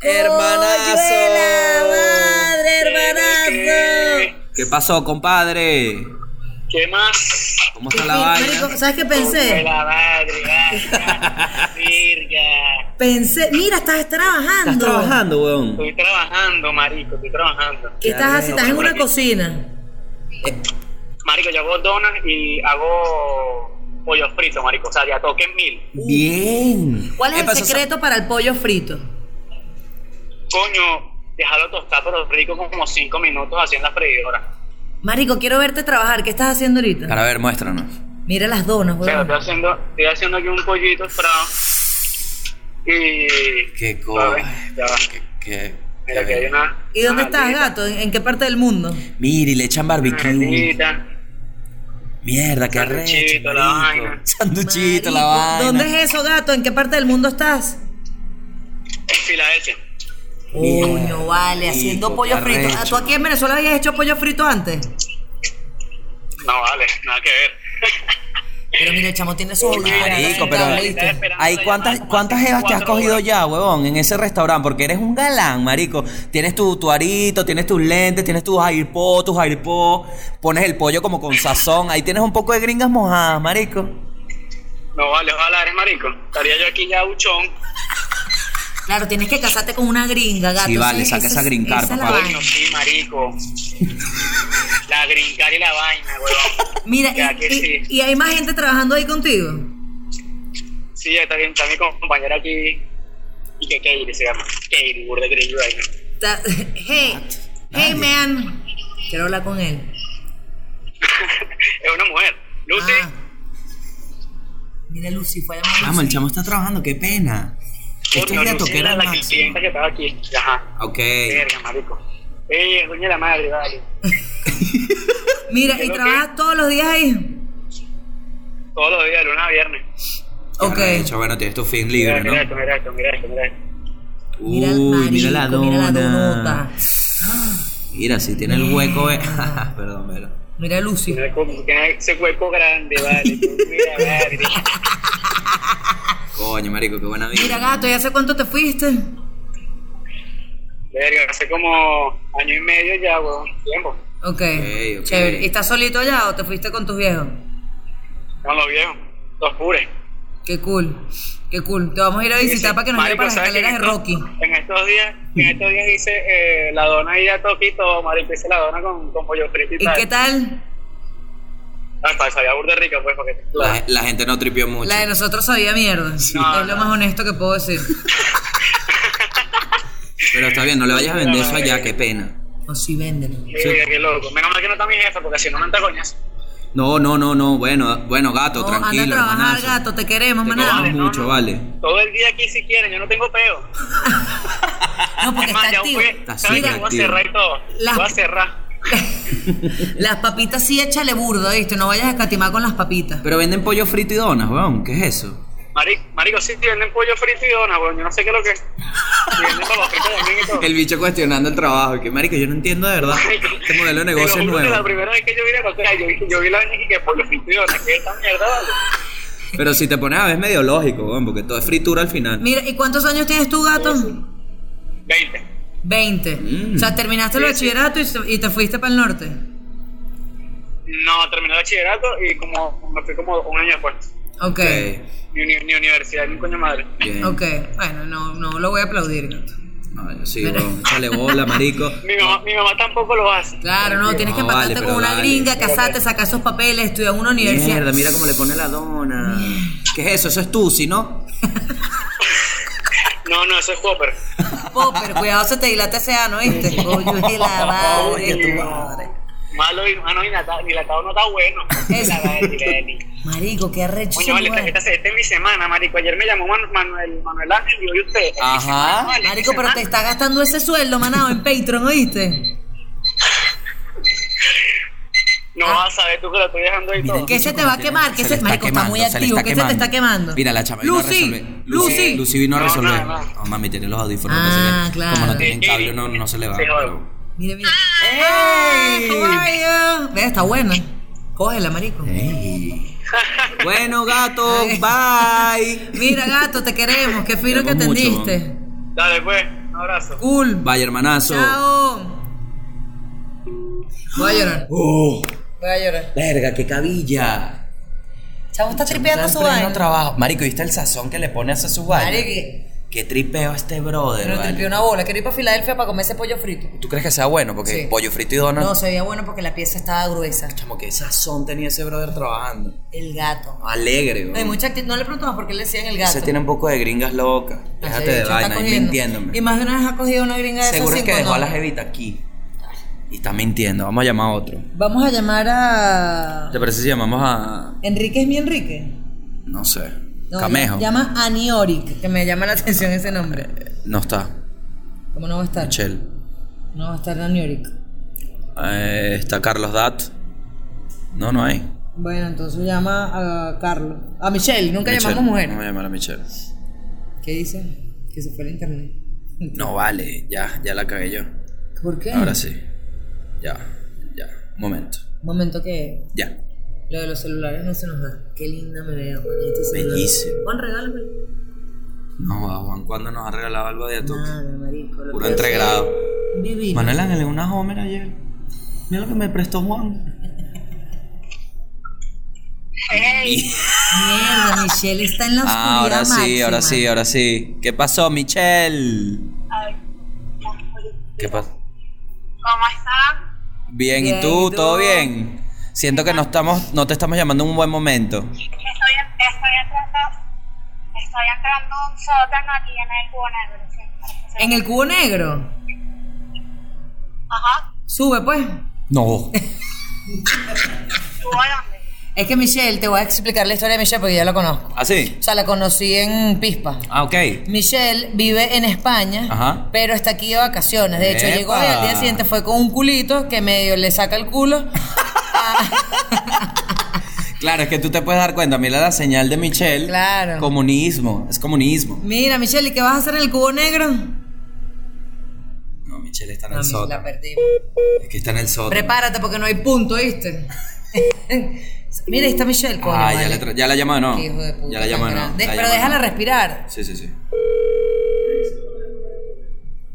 [SPEAKER 2] ¡Coyuela,
[SPEAKER 1] Hermanazo.
[SPEAKER 2] madre, hermanazo!
[SPEAKER 1] ¿Qué pasó, compadre?
[SPEAKER 7] ¿Qué más?
[SPEAKER 1] ¿Cómo está la vaina?
[SPEAKER 2] Marico, ¿Sabes qué pensé?
[SPEAKER 7] La madre, vaya. Virga.
[SPEAKER 2] Pensé, mira, estás trabajando.
[SPEAKER 1] ¿Estás trabajando, weón?
[SPEAKER 7] Estoy trabajando, marico, estoy trabajando.
[SPEAKER 2] ¿Qué estás
[SPEAKER 1] Qué
[SPEAKER 2] haciendo? Estás en una cocina.
[SPEAKER 1] Eh,
[SPEAKER 7] Marico, yo hago donas y hago pollo frito, marico. O sea, ya toqué mil.
[SPEAKER 1] Bien.
[SPEAKER 2] ¿Cuál es
[SPEAKER 1] Epa,
[SPEAKER 2] el
[SPEAKER 1] eso-
[SPEAKER 2] secreto para el pollo frito?
[SPEAKER 7] Coño, déjalo tostar, pero rico como cinco minutos así en la freidora.
[SPEAKER 2] Marico, quiero verte trabajar. ¿Qué estás haciendo ahorita?
[SPEAKER 1] Para ver, muéstranos.
[SPEAKER 2] Mira las donas,
[SPEAKER 7] O sea,
[SPEAKER 2] weón.
[SPEAKER 7] estoy haciendo, estoy haciendo aquí un pollito frado. Y.
[SPEAKER 1] Qué
[SPEAKER 7] A
[SPEAKER 1] cosa.
[SPEAKER 7] ver, ya va.
[SPEAKER 1] Qué, qué- qué
[SPEAKER 7] Mira, aquí hay
[SPEAKER 1] bien.
[SPEAKER 7] una.
[SPEAKER 2] ¿Y
[SPEAKER 1] ah,
[SPEAKER 2] dónde
[SPEAKER 7] una
[SPEAKER 2] estás,
[SPEAKER 7] alita,
[SPEAKER 2] gato? ¿En, en qué parte del mundo?
[SPEAKER 1] Mira, y le echan
[SPEAKER 7] una
[SPEAKER 1] barbecue.
[SPEAKER 7] alita.
[SPEAKER 1] Mierda, qué
[SPEAKER 7] Sanduchito,
[SPEAKER 1] arrecho.
[SPEAKER 7] la
[SPEAKER 1] marico.
[SPEAKER 7] vaina.
[SPEAKER 1] Sanduchito, la
[SPEAKER 2] Marico,
[SPEAKER 1] vaina.
[SPEAKER 2] ¿Dónde es eso, gato? ¿En qué parte del mundo estás?
[SPEAKER 7] En Filadelfia.
[SPEAKER 1] Mierda,
[SPEAKER 2] Coño, vale,
[SPEAKER 1] marico,
[SPEAKER 2] haciendo pollo
[SPEAKER 1] qué
[SPEAKER 2] frito. Ah, ¿Tú
[SPEAKER 1] arrecho.
[SPEAKER 2] aquí en Venezuela habías hecho pollo frito antes?
[SPEAKER 7] No, vale, nada que ver.
[SPEAKER 2] Pero mira, el chamo tiene sus ojitos.
[SPEAKER 1] Marico, pero
[SPEAKER 7] Estaba esperando
[SPEAKER 1] hay
[SPEAKER 7] la
[SPEAKER 1] cuántas,
[SPEAKER 7] llamada como
[SPEAKER 1] cuántas
[SPEAKER 7] hace
[SPEAKER 1] jevas te has
[SPEAKER 7] cuatro
[SPEAKER 1] cogido
[SPEAKER 7] horas.
[SPEAKER 1] ya, huevón, en ese restaurante, porque eres un galán, marico. Tienes tu, tu arito, tienes tus lentes, tienes tus AirPods, tus AirPods, pones el pollo como con sazón, ahí tienes un poco de gringas mojadas, marico.
[SPEAKER 7] No, vale, ojalá eres marico. Estaría yo aquí ya buchón.
[SPEAKER 2] Claro, tienes que casarte con una gringa, gato.
[SPEAKER 1] Sí, vale,
[SPEAKER 2] Ese-
[SPEAKER 1] saca
[SPEAKER 2] ese-
[SPEAKER 1] esa green card,
[SPEAKER 2] esa es la
[SPEAKER 1] papá.
[SPEAKER 2] vaina.
[SPEAKER 7] Coño, sí, marico. La gringar y la vaina, weón.
[SPEAKER 2] Mira,
[SPEAKER 7] Ya
[SPEAKER 2] y,
[SPEAKER 7] que sí.
[SPEAKER 2] y- y hay más gente trabajando ahí contigo.
[SPEAKER 7] Sí, está, bien, está mi compañera aquí. Y que Katie se llama. Katie, burda gringo y vaina.
[SPEAKER 2] Está- hey, hey, man. Quiero hablar con él.
[SPEAKER 7] Es una mujer. Lucy.
[SPEAKER 2] Ah. Mira, Lucy, fue a llamar a
[SPEAKER 1] Vamos,
[SPEAKER 2] Lucy.
[SPEAKER 1] el chamo está trabajando, qué pena. Esto
[SPEAKER 7] coño,
[SPEAKER 1] es de
[SPEAKER 7] Lucy
[SPEAKER 1] toquera
[SPEAKER 7] era
[SPEAKER 1] al
[SPEAKER 7] la que-
[SPEAKER 1] máximo.
[SPEAKER 7] clienta que estaba aquí. Ajá.
[SPEAKER 1] Ok.
[SPEAKER 7] Verga, marico. Eh, coño de la madre, vale.
[SPEAKER 2] Mira, ¿y
[SPEAKER 7] Creo
[SPEAKER 2] trabajas todos los días ahí?
[SPEAKER 7] Todos los días, de lunes a viernes.
[SPEAKER 2] Ok.
[SPEAKER 1] De hecho, bueno, tienes tu fin libre, ¿no?
[SPEAKER 7] mira esto, mira esto, mira esto, mira esto.
[SPEAKER 2] Mira, el
[SPEAKER 1] Uy, mira la
[SPEAKER 2] marico, mira la
[SPEAKER 1] dona.
[SPEAKER 2] donota.
[SPEAKER 1] Mira, si tiene el hueco. eh. Perdón, pero.
[SPEAKER 2] Mira, Lucy.
[SPEAKER 7] Mira cómo tiene ese hueco grande, vale. Mira, madre.
[SPEAKER 1] Coño, marico, qué buena vida.
[SPEAKER 2] Mira, gato, ¿y hace cuánto te fuiste?
[SPEAKER 7] Verga, hace como año y medio ya, weón. Tiempo.
[SPEAKER 2] Ok.
[SPEAKER 1] ok.
[SPEAKER 2] Chévere. ¿Y estás solito allá o te fuiste con tus viejos?
[SPEAKER 7] Con los viejos. Los pures.
[SPEAKER 2] Qué cool. Qué cool. Te vamos a ir a visitar para que nos lleve
[SPEAKER 7] Marico,
[SPEAKER 2] para las
[SPEAKER 7] ¿sabes que en
[SPEAKER 2] escaleras de
[SPEAKER 7] estos-
[SPEAKER 2] Rocky.
[SPEAKER 7] En estos días, en estos días hice eh, la dona y ya toquito, marico, hice la dona con, con pollo frito y,
[SPEAKER 2] ¿Y
[SPEAKER 7] tal.
[SPEAKER 2] qué tal?
[SPEAKER 7] Ah, para sabía burda rica, pues, porque
[SPEAKER 1] La, la gente no tripió mucho.
[SPEAKER 2] La de nosotros sabía mierda.
[SPEAKER 7] No,
[SPEAKER 2] es lo
[SPEAKER 7] no.
[SPEAKER 2] más honesto que puedo decir.
[SPEAKER 1] Pero está bien, no le vayas a vender eso allá, qué pena.
[SPEAKER 2] O Pues sí, véndelo.
[SPEAKER 7] Mira, qué loco. Menos mal que no está mi jefa, porque si no, no entra coñas.
[SPEAKER 1] No, no, no, no. Bueno, bueno, gato,
[SPEAKER 2] No, anda a
[SPEAKER 1] tranquilo.
[SPEAKER 2] trabajar,
[SPEAKER 1] hermanazo.
[SPEAKER 2] gato. Te queremos,
[SPEAKER 1] Te
[SPEAKER 2] maná.
[SPEAKER 1] queremos
[SPEAKER 7] no,
[SPEAKER 1] mucho,
[SPEAKER 7] no.
[SPEAKER 1] vale.
[SPEAKER 7] Todo el día aquí si quieren, yo no tengo peo.
[SPEAKER 2] No, porque
[SPEAKER 7] Es más,
[SPEAKER 2] está
[SPEAKER 7] ya
[SPEAKER 2] activo.
[SPEAKER 7] fui,
[SPEAKER 1] Está
[SPEAKER 7] ¿sabes
[SPEAKER 1] súper
[SPEAKER 7] qué? voy a
[SPEAKER 1] activo.
[SPEAKER 7] cerrar y todo.
[SPEAKER 2] Las-
[SPEAKER 7] Voy a cerrar.
[SPEAKER 2] Las papitas sí échale burdo, ¿viste? No vayas a escatimar con las papitas.
[SPEAKER 1] Pero venden pollo frito y donas, weón. ¿Qué es eso?
[SPEAKER 7] Marico, marico, sí, te venden pollo frito y donas, weón. Yo no sé qué es lo que es. Y venden papas fritas también y todo.
[SPEAKER 1] El bicho cuestionando el trabajo. Que marico, yo no entiendo de verdad. Este modelo de
[SPEAKER 7] Te lo
[SPEAKER 1] negocio es
[SPEAKER 7] juro que La
[SPEAKER 1] nuevo.
[SPEAKER 7] primera vez que yo vi la cocina, yo, vi- yo vi la vaina y que pollo frito y donas, que esta mierda, vale.
[SPEAKER 1] Pero si te pones a ver es medio lógico, weón, porque todo es fritura al final.
[SPEAKER 2] Mira, ¿y cuántos años tienes tú, gato?
[SPEAKER 7] 20.
[SPEAKER 2] 20. O sea, terminaste el
[SPEAKER 7] Sí, sí.
[SPEAKER 2] bachillerato y se- y te fuiste para el norte.
[SPEAKER 7] No, terminé el bachillerato y como me fui como un año después.
[SPEAKER 2] Ok.
[SPEAKER 1] Ok,
[SPEAKER 7] Ni, uni- ni universidad, ni coño madre.
[SPEAKER 1] bien.
[SPEAKER 2] Ok. Bueno, no, no lo voy a aplaudir, gato.
[SPEAKER 1] No, yo sí, weón. Échale bola, marico.
[SPEAKER 7] Mi mamá, mi mamá tampoco lo hace.
[SPEAKER 2] Claro, no, tienes que
[SPEAKER 1] No,
[SPEAKER 2] empatarte
[SPEAKER 1] vale, pero
[SPEAKER 2] con una
[SPEAKER 1] vale.
[SPEAKER 2] gringa, casarte, sacar sus papeles, estudiar en una universidad.
[SPEAKER 1] Mierda, mira cómo le pone la dona. ¿Qué es eso? Eso es Tusi, ¿no?
[SPEAKER 7] No, no, eso es Hopper.
[SPEAKER 2] Oh, pero cuidado, se te dilata ese ano, ¿viste? Coño, de la madre.
[SPEAKER 7] Oye, tu madre. Malo y malo y nata- dilatado no está bueno.
[SPEAKER 2] Es-
[SPEAKER 7] La verdad, Lireli.
[SPEAKER 2] Marico, qué arrecho.
[SPEAKER 7] Coño, vale,
[SPEAKER 2] ese lugar.
[SPEAKER 7] esta, esta- esta es mi semana, marico. Ayer me llamó Manu- Manuel, Manuel Ángel y hoy usted. Es mi
[SPEAKER 1] Ajá.
[SPEAKER 7] semana, vale, es mi
[SPEAKER 2] Marico, pero
[SPEAKER 7] semana.
[SPEAKER 2] te está gastando ese sueldo, manado, en Patreon, ¿oíste?
[SPEAKER 7] No vas a saber tú que lo estoy dejando ahí todo.
[SPEAKER 2] Ah. ¿Qué se te va a quemar? ¿Qué se, marico, está muy activo. ¿Qué se te está quemando?
[SPEAKER 1] Mira, la chama vino a resolver.
[SPEAKER 2] Lucy, Lucy.
[SPEAKER 1] Lucy vino a
[SPEAKER 7] No,
[SPEAKER 1] resolver. No,
[SPEAKER 7] nada, nada.
[SPEAKER 1] mami, tiene los audífonos. no
[SPEAKER 2] Ah,
[SPEAKER 1] sé qué. Como
[SPEAKER 2] claro.
[SPEAKER 1] no tienen
[SPEAKER 7] Sí,
[SPEAKER 1] cable, no, no se le va.
[SPEAKER 7] sí, joder.
[SPEAKER 1] pero-
[SPEAKER 2] Mira, mira.
[SPEAKER 7] Ah,
[SPEAKER 2] ¡Hey! How are you? Ve, está buena. Cógela, marico.
[SPEAKER 1] Eh. Ey. Bueno, gato, bye.
[SPEAKER 2] Mira, gato, te queremos. Qué fino
[SPEAKER 1] Te
[SPEAKER 2] que
[SPEAKER 1] queremos mucho,
[SPEAKER 2] atendiste.
[SPEAKER 7] Dale, pues. Un abrazo.
[SPEAKER 2] Cool.
[SPEAKER 1] Bye, hermanazo.
[SPEAKER 2] Chao. Voy a llorar.
[SPEAKER 1] Oh,
[SPEAKER 2] Voy a llorar.
[SPEAKER 1] verga, qué cabilla.
[SPEAKER 2] Chavo está tripeando
[SPEAKER 1] Está
[SPEAKER 2] su
[SPEAKER 1] en pleno
[SPEAKER 2] vaina.
[SPEAKER 1] trabajo. Marico, ¿viste el sazón que le pone a hacer su vaina?
[SPEAKER 2] Marico,
[SPEAKER 1] Qué tripeo este brother,
[SPEAKER 2] pero
[SPEAKER 1] vale.
[SPEAKER 2] tripeó una bola. Quiero ir para Filadelfia para comer ese pollo frito.
[SPEAKER 1] ¿Tú crees que sea bueno? Porque
[SPEAKER 2] Sí.
[SPEAKER 1] pollo frito y donas.
[SPEAKER 2] No, se veía bueno porque la pieza estaba gruesa.
[SPEAKER 1] Como que sazón tenía ese brother trabajando.
[SPEAKER 2] El gato.
[SPEAKER 1] Alegre,
[SPEAKER 2] No, hay mucha acti- no le preguntamos por qué le decían el gato.
[SPEAKER 1] Se tiene un poco de gringas locas. Déjate
[SPEAKER 2] Ese
[SPEAKER 1] de
[SPEAKER 2] bicho está
[SPEAKER 1] vaina, ahí
[SPEAKER 2] cogiendo.
[SPEAKER 1] mintiéndome.
[SPEAKER 2] Y más de una vez ha cogido una gringa de esas
[SPEAKER 1] Seguro es
[SPEAKER 2] sin
[SPEAKER 1] que dejó a la
[SPEAKER 2] condón.
[SPEAKER 1] jevita aquí. Y está mintiendo. Vamos a llamar a otro.
[SPEAKER 2] Vamos a llamar a.
[SPEAKER 1] ¿Te parece si llamamos a.
[SPEAKER 2] Enrique es mi Enrique.
[SPEAKER 1] No sé.
[SPEAKER 2] No,
[SPEAKER 1] Camejo?
[SPEAKER 2] Llama a Nioric, que me llama la atención ese nombre.
[SPEAKER 1] Eh, No está.
[SPEAKER 2] ¿Cómo no va a estar?
[SPEAKER 1] Michelle.
[SPEAKER 2] No va a estar Anioric.
[SPEAKER 1] Eh, está Carlos Dat. No, no hay.
[SPEAKER 2] Bueno, entonces llama a Carlos. A Michelle, nunca
[SPEAKER 1] Michelle.
[SPEAKER 2] llamamos mujer.
[SPEAKER 1] Vamos a llamar a Michelle.
[SPEAKER 2] ¿Qué dice? Que se fue el internet.
[SPEAKER 1] No vale, ya, ya la cagué yo.
[SPEAKER 2] ¿Por qué?
[SPEAKER 1] Ahora sí. Ya, ya. Un momento.
[SPEAKER 2] Un momento que
[SPEAKER 1] Ya.
[SPEAKER 2] lo de los celulares no se nos da. Qué linda me veo con este celular.
[SPEAKER 1] Bellísimo.
[SPEAKER 2] Juan, regálame.
[SPEAKER 1] No, Juan, ¿cuándo nos ha regalado algo de tu?
[SPEAKER 2] Nada, marico. lo
[SPEAKER 1] Puro
[SPEAKER 2] que-
[SPEAKER 1] entregrado.
[SPEAKER 2] Divino.
[SPEAKER 1] Manuel Ángel es una Homer ayer. Mira lo que me prestó Juan.
[SPEAKER 2] Mierda, Michelle está en la oscuridad
[SPEAKER 1] Ah, ahora sí,
[SPEAKER 2] máxima.
[SPEAKER 1] ahora sí, ahora sí. ¿Qué pasó, Michelle? ¿Qué pasó?
[SPEAKER 6] ¿Cómo están?
[SPEAKER 1] Bien,
[SPEAKER 2] Bien,
[SPEAKER 1] ¿y tú?
[SPEAKER 2] ¿y tú?
[SPEAKER 1] ¿Todo bien? Siento que no estamos, no te estamos llamando en un buen momento.
[SPEAKER 6] Estoy, estoy entrando. Estoy entrando a un sótano aquí en el cubo negro. sí.
[SPEAKER 2] En el cubo negro.
[SPEAKER 6] Ajá.
[SPEAKER 2] Sube, pues.
[SPEAKER 1] No.
[SPEAKER 6] ¿Tú a dónde?
[SPEAKER 2] Es que Michelle, te voy a explicar la historia de Michelle porque ya la conozco.
[SPEAKER 1] ¿Ah, sí?
[SPEAKER 2] O sea, la conocí en Pispa.
[SPEAKER 1] Ah, ok.
[SPEAKER 2] Michelle vive en España,
[SPEAKER 1] Ajá.
[SPEAKER 2] pero está aquí de vacaciones. De hecho,
[SPEAKER 1] ¡Epa!
[SPEAKER 2] llegó y al día siguiente fue con un culito que medio le saca el culo.
[SPEAKER 1] Claro, es que tú te puedes dar cuenta, mira la señal de Michelle.
[SPEAKER 2] Claro.
[SPEAKER 1] Comunismo, es comunismo.
[SPEAKER 2] Mira, Michelle, ¿y qué vas a hacer en el cubo negro?
[SPEAKER 1] No, Michelle está en
[SPEAKER 2] No,
[SPEAKER 1] el
[SPEAKER 2] Michelle, la
[SPEAKER 1] sótano.
[SPEAKER 2] perdimos.
[SPEAKER 1] Es que está en el sótano.
[SPEAKER 2] Prepárate porque no hay punto, ¿viste? Mira, ahí está Michelle. coño,
[SPEAKER 1] Ah, ya
[SPEAKER 2] vale.
[SPEAKER 1] la, tra- ya la llamo de nuevo.
[SPEAKER 2] Qué hijo de puta
[SPEAKER 1] Ya la llamo de
[SPEAKER 2] tan
[SPEAKER 1] nuevo.
[SPEAKER 2] grande.
[SPEAKER 1] la
[SPEAKER 2] pero
[SPEAKER 1] llamo de
[SPEAKER 2] déjala
[SPEAKER 1] nuevo.
[SPEAKER 2] respirar.
[SPEAKER 1] Sí, sí, sí.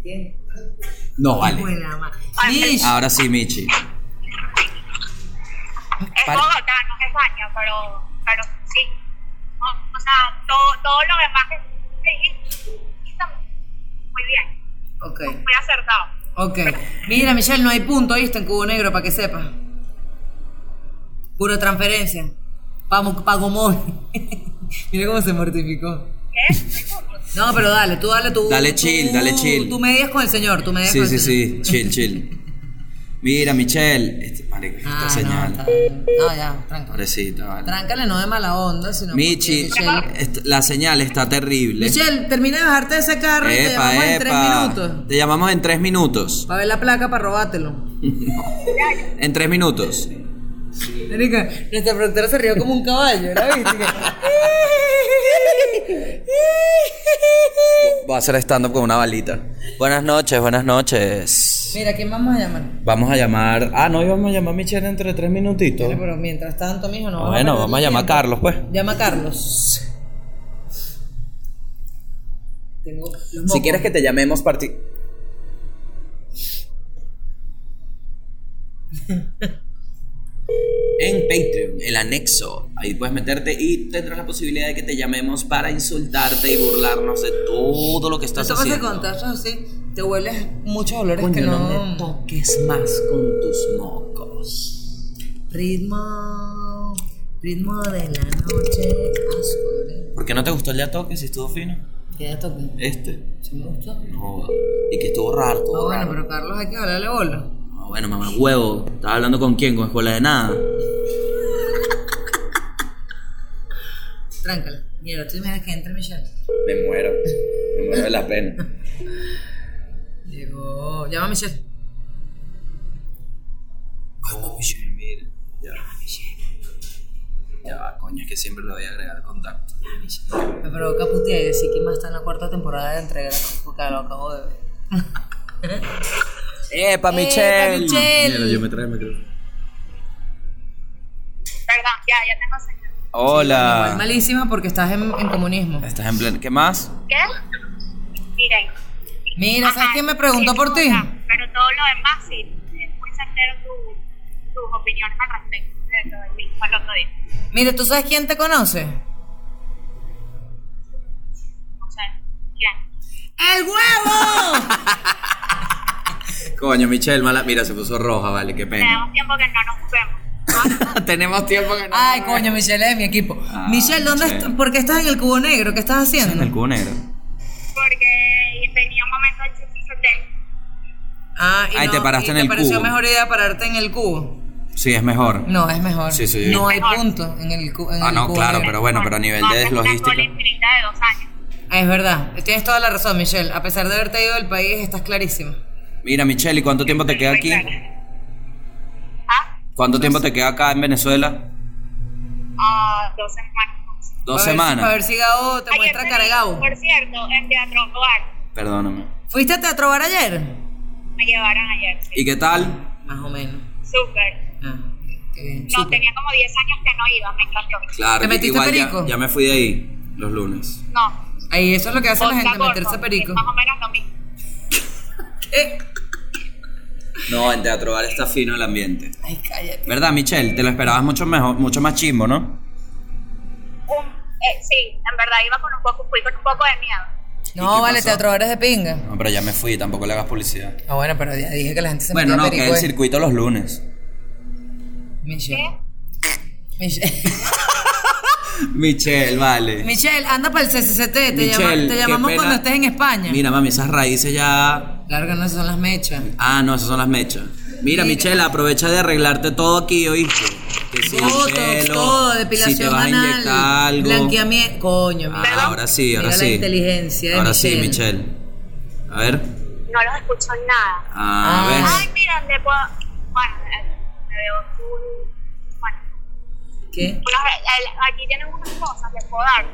[SPEAKER 2] Bien.
[SPEAKER 1] No vale.
[SPEAKER 2] Buena, ma. Mish,
[SPEAKER 1] Ahora sí, Michi.
[SPEAKER 6] Es
[SPEAKER 1] Para-
[SPEAKER 6] Bogotá, no es España, pero, pero sí. O, o sea, todo, todo lo demás que sí, muy bien,
[SPEAKER 2] Ok,
[SPEAKER 6] muy acertado.
[SPEAKER 2] ok. Mira, Michelle, no hay punto, ¿viste? En cubo negro, para que sepas. Puro transferencia. Vamos, pago móvil. Mira cómo se mortificó.
[SPEAKER 6] ¿Qué? Disculpa.
[SPEAKER 2] No, pero dale, tú dale tú.
[SPEAKER 1] Dale chill,
[SPEAKER 2] tú-
[SPEAKER 1] dale chill.
[SPEAKER 2] Tú medias con el señor, tú medias
[SPEAKER 1] Sí,
[SPEAKER 2] con
[SPEAKER 1] sí,
[SPEAKER 2] el señor.
[SPEAKER 1] sí. Chill, chill. Mira, Michelle. Este, marico, esta
[SPEAKER 2] Ah, no,
[SPEAKER 1] señal.
[SPEAKER 2] está bien. No, ya, tranca.
[SPEAKER 1] Pobrecita, vale.
[SPEAKER 2] Tráncale, no de mala onda, sino. porque
[SPEAKER 1] Michi,
[SPEAKER 2] Michelle,
[SPEAKER 1] est- la señal está terrible.
[SPEAKER 2] Michelle, termina de bajarte de ese carro y te llamamos en tres minutos.
[SPEAKER 1] Te llamamos en tres minutos.
[SPEAKER 2] Para ver la placa, para robártelo.
[SPEAKER 1] En tres minutos.
[SPEAKER 2] Marica, nuestra productora se rió como un caballo, ¿la viste? Que-
[SPEAKER 1] Voy a hacer stand-up con una balita. Buenas noches, buenas noches.
[SPEAKER 2] Mira, ¿quién vamos a llamar?
[SPEAKER 1] Vamos a llamar. Ah, no íbamos a llamar a Michelle entre tres minutitos.
[SPEAKER 2] Pero mientras tanto, mijo, no.
[SPEAKER 1] Bueno, vamos a llamar a
[SPEAKER 2] perder
[SPEAKER 1] Carlos, pues.
[SPEAKER 2] tiempo. Llama a Carlos. Tengo los mocos.
[SPEAKER 1] Si quieres que te llamemos parti. En Patreon, el anexo, ahí puedes meterte y tendrás la posibilidad de que te llamemos para insultarte y burlarnos de todo lo que
[SPEAKER 2] No
[SPEAKER 1] estás
[SPEAKER 2] te vas a
[SPEAKER 1] haciendo.
[SPEAKER 2] contar, yo sí. Te hueles muchos olores
[SPEAKER 1] Coño,
[SPEAKER 2] que no.
[SPEAKER 1] no me toques más con tus mocos.
[SPEAKER 2] Ritmo. Ritmo de la noche. Azul.
[SPEAKER 1] ¿Por qué no te gustó el de a toque si estuvo fino?
[SPEAKER 2] ¿Qué ya toque?
[SPEAKER 1] Este.
[SPEAKER 2] ¿Sí me gustó? No,
[SPEAKER 1] No joda. Y que estuvo raro, estuvo
[SPEAKER 2] Ah,
[SPEAKER 1] raro.
[SPEAKER 2] bueno, pero Carlos hay que hablarle bola.
[SPEAKER 1] No, bueno, mamá, huevo. ¿Estaba hablando con quién? ¿Con escuela de nada?
[SPEAKER 2] Tráncala. Mierda, tú imaginas que entre Michelle.
[SPEAKER 8] Me muero. Me muero de la pena.
[SPEAKER 2] Llegó. Llama a Michelle.
[SPEAKER 8] Coño, Michelle, mira. Ya. Ya va, coño, es que siempre lo voy a agregar al contacto.
[SPEAKER 2] Me provoca putear y decir que más está en la cuarta temporada de entrega porque lo acabo de ver.
[SPEAKER 8] ¡Epa, Michelle!
[SPEAKER 2] Michelle! Michelle.
[SPEAKER 8] Mira, yo me trae el micrófono.
[SPEAKER 6] Perdón, ya, ya tengo señal.
[SPEAKER 2] Es
[SPEAKER 8] Hola.
[SPEAKER 2] malísima porque estás en, en comunismo.
[SPEAKER 8] Estás en pleno. ¿Qué más?
[SPEAKER 6] ¿Qué? Miren.
[SPEAKER 2] Mira, ¿sabes
[SPEAKER 6] Ajá,
[SPEAKER 2] quién me preguntó
[SPEAKER 6] sí,
[SPEAKER 2] por
[SPEAKER 6] o
[SPEAKER 2] ti?
[SPEAKER 6] sea, Pero todo lo demás, sí. Es muy certero tu- tus opiniones al respecto de lo de mí, fue lo que dije.
[SPEAKER 2] Mira, ¿tú sabes quién te conoce?
[SPEAKER 6] O sea, ya.
[SPEAKER 2] ¡El huevo!
[SPEAKER 8] Coño, Michelle, mala. Mira, se puso roja, vale, qué pena.
[SPEAKER 6] Tenemos tiempo que no nos vemos.
[SPEAKER 8] Tenemos tiempo que no.
[SPEAKER 2] Ay, coño, Michelle es de mi equipo.
[SPEAKER 8] Ah,
[SPEAKER 2] Michelle, ¿dónde
[SPEAKER 8] Michelle.
[SPEAKER 2] estás? ¿Por qué estás en el cubo negro? ¿Qué estás
[SPEAKER 8] En el
[SPEAKER 2] haciendo?
[SPEAKER 8] cubo negro.
[SPEAKER 6] Porque tenía un momento de chichichote.
[SPEAKER 2] Ah, y
[SPEAKER 8] Ay,
[SPEAKER 2] no-
[SPEAKER 8] te paraste
[SPEAKER 2] y
[SPEAKER 8] en el
[SPEAKER 2] pareció
[SPEAKER 8] cubo.
[SPEAKER 2] mejor idea pararte en el cubo?
[SPEAKER 8] Sí, es mejor.
[SPEAKER 2] No, es mejor.
[SPEAKER 8] Sí, sí.
[SPEAKER 2] No hay
[SPEAKER 6] Mejor.
[SPEAKER 2] punto en el, cu- en
[SPEAKER 8] Ah,
[SPEAKER 2] el
[SPEAKER 8] no,
[SPEAKER 2] cubo
[SPEAKER 8] claro,
[SPEAKER 2] negro.
[SPEAKER 8] pero bueno, pero a nivel de
[SPEAKER 6] Una cola
[SPEAKER 8] deslogística.
[SPEAKER 6] infinita de dos años.
[SPEAKER 2] Ah, Es verdad, tienes toda la razón, Michelle. A pesar de haberte ido del país, estás clarísima.
[SPEAKER 8] Mira, Michelle, ¿y cuánto tiempo te queda aquí?
[SPEAKER 6] Pues ¿Ah?
[SPEAKER 8] ¿Cuánto tiempo te queda acá en Venezuela?
[SPEAKER 6] Ah, dos semanas.
[SPEAKER 8] Dos
[SPEAKER 2] A ver- A ver
[SPEAKER 8] semanas.
[SPEAKER 2] si Gabo te
[SPEAKER 6] Ayer
[SPEAKER 2] muestra
[SPEAKER 6] te vi,
[SPEAKER 2] cargado.
[SPEAKER 6] Por cierto, en Teatro Bar.
[SPEAKER 8] Perdóname.
[SPEAKER 2] ¿Fuiste a Teatro Bar ayer?
[SPEAKER 6] Me llevaron ayer. sí.
[SPEAKER 8] ¿Y qué tal?
[SPEAKER 2] Más o menos.
[SPEAKER 6] Súper.
[SPEAKER 2] Ah, qué bien.
[SPEAKER 6] No, tenía como 10 años que no iba, me encantó.
[SPEAKER 8] Claro,
[SPEAKER 2] ¿Te
[SPEAKER 8] que
[SPEAKER 2] metiste
[SPEAKER 8] igual ya,
[SPEAKER 2] perico?
[SPEAKER 8] ya me fui de ahí los lunes.
[SPEAKER 6] No.
[SPEAKER 2] Ahí, eso es lo que hace la
[SPEAKER 6] vodka
[SPEAKER 2] gente,
[SPEAKER 6] gordo,
[SPEAKER 2] meterse perico.
[SPEAKER 6] es Más o menos lo mismo.
[SPEAKER 2] Eh,
[SPEAKER 8] No, en Teatro Bar está fino el ambiente.
[SPEAKER 2] Ay, cállate.
[SPEAKER 8] ¿Verdad, Michelle? Te lo esperabas mucho mejor, mucho más chimbo, ¿no?
[SPEAKER 6] Un, eh, sí, en verdad iba con un poco, fui con un poco de miedo.
[SPEAKER 2] No,
[SPEAKER 8] qué
[SPEAKER 2] vale,
[SPEAKER 8] pasó?
[SPEAKER 2] Teatro Bar es de pinga.
[SPEAKER 8] No, pero ya me fui, tampoco le hagas publicidad.
[SPEAKER 2] Ah, bueno, pero ya dije que la gente se
[SPEAKER 8] Bueno,
[SPEAKER 2] metía
[SPEAKER 8] no, que
[SPEAKER 2] perico.
[SPEAKER 8] el
[SPEAKER 2] eh.
[SPEAKER 8] circuito los lunes.
[SPEAKER 2] Michelle. Michelle.
[SPEAKER 8] Michelle, vale.
[SPEAKER 2] Michelle, anda para el CCCT. Te, llama-
[SPEAKER 8] Michelle,
[SPEAKER 2] te
[SPEAKER 8] qué
[SPEAKER 2] llamamos
[SPEAKER 8] pena.
[SPEAKER 2] cuando estés en España.
[SPEAKER 8] Mira, mami, esas raíces ya.
[SPEAKER 2] Claro que no son las mechas.
[SPEAKER 8] Ah, no, esas son las mechas. Mira,
[SPEAKER 2] Mira.
[SPEAKER 8] Michelle, aprovecha de arreglarte todo aquí, ¿oíste? Que si el
[SPEAKER 2] Botox,
[SPEAKER 8] pelo,
[SPEAKER 2] todo, depilación
[SPEAKER 8] si te vas
[SPEAKER 2] anal,
[SPEAKER 8] a inyectar algo.
[SPEAKER 2] blanqueamiento. Coño,
[SPEAKER 8] Ah,
[SPEAKER 2] mira.
[SPEAKER 8] ahora sí, ahora
[SPEAKER 2] Mira
[SPEAKER 8] sí.
[SPEAKER 2] la inteligencia de
[SPEAKER 8] Ahora sí,
[SPEAKER 2] Michelle.
[SPEAKER 8] Michelle. A ver.
[SPEAKER 6] No los escucho nada.
[SPEAKER 8] Ah,
[SPEAKER 2] Ah.
[SPEAKER 8] ¿ves?
[SPEAKER 6] Ay, mira, le puedo. Bueno, eh, me veo full. Bueno,
[SPEAKER 2] ¿Qué?
[SPEAKER 6] unos- el- aquí tienen unas cosas, les puedo dar.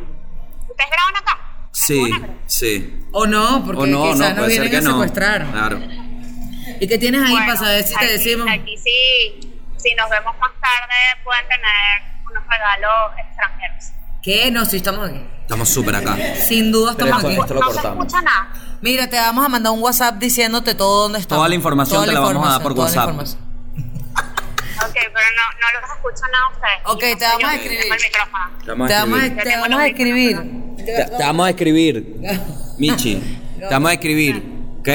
[SPEAKER 6] ¿Ustedes graban acá?
[SPEAKER 8] Sí,
[SPEAKER 6] ¿Alguna graban?
[SPEAKER 8] sí.
[SPEAKER 2] O no, porque
[SPEAKER 8] O no,
[SPEAKER 2] quizás
[SPEAKER 8] no,
[SPEAKER 2] nos
[SPEAKER 8] puede ser
[SPEAKER 2] vienen
[SPEAKER 8] que
[SPEAKER 2] a
[SPEAKER 8] no. Ah.
[SPEAKER 2] secuestrar.
[SPEAKER 8] Claro.
[SPEAKER 2] ¿Y qué tienes ahí
[SPEAKER 6] Bueno,
[SPEAKER 2] para saber si te
[SPEAKER 6] aquí-
[SPEAKER 2] decimos?
[SPEAKER 6] Aquí sí, si nos vemos más tarde, pueden tener unos regalos extranjeros.
[SPEAKER 2] ¿Qué? No, sí, estamos aquí.
[SPEAKER 8] Estamos súper acá.
[SPEAKER 2] Sin duda estamos aquí.
[SPEAKER 8] esto lo
[SPEAKER 6] no se
[SPEAKER 8] cortamos.
[SPEAKER 6] escucha nada.
[SPEAKER 2] Mira, te vamos a mandar un WhatsApp diciéndote todo dónde estamos.
[SPEAKER 8] Toda la información
[SPEAKER 2] Toda
[SPEAKER 8] te la vamos a dar por
[SPEAKER 2] información, toda la
[SPEAKER 8] WhatsApp.
[SPEAKER 2] información.
[SPEAKER 6] Ok, pero no, no los escucho nada a ustedes.
[SPEAKER 2] Ok,
[SPEAKER 6] Y no
[SPEAKER 2] te
[SPEAKER 6] sé
[SPEAKER 2] vamos
[SPEAKER 6] yo
[SPEAKER 2] a
[SPEAKER 6] si
[SPEAKER 2] escribir.
[SPEAKER 6] tengo el micrófono.
[SPEAKER 8] Te vamos
[SPEAKER 2] Te
[SPEAKER 8] a
[SPEAKER 2] vamos a,
[SPEAKER 8] escribir.
[SPEAKER 2] te vamos a escribir.
[SPEAKER 8] Te, te vamos a escribir, Michi. Te vamos a escribir, ¿ok?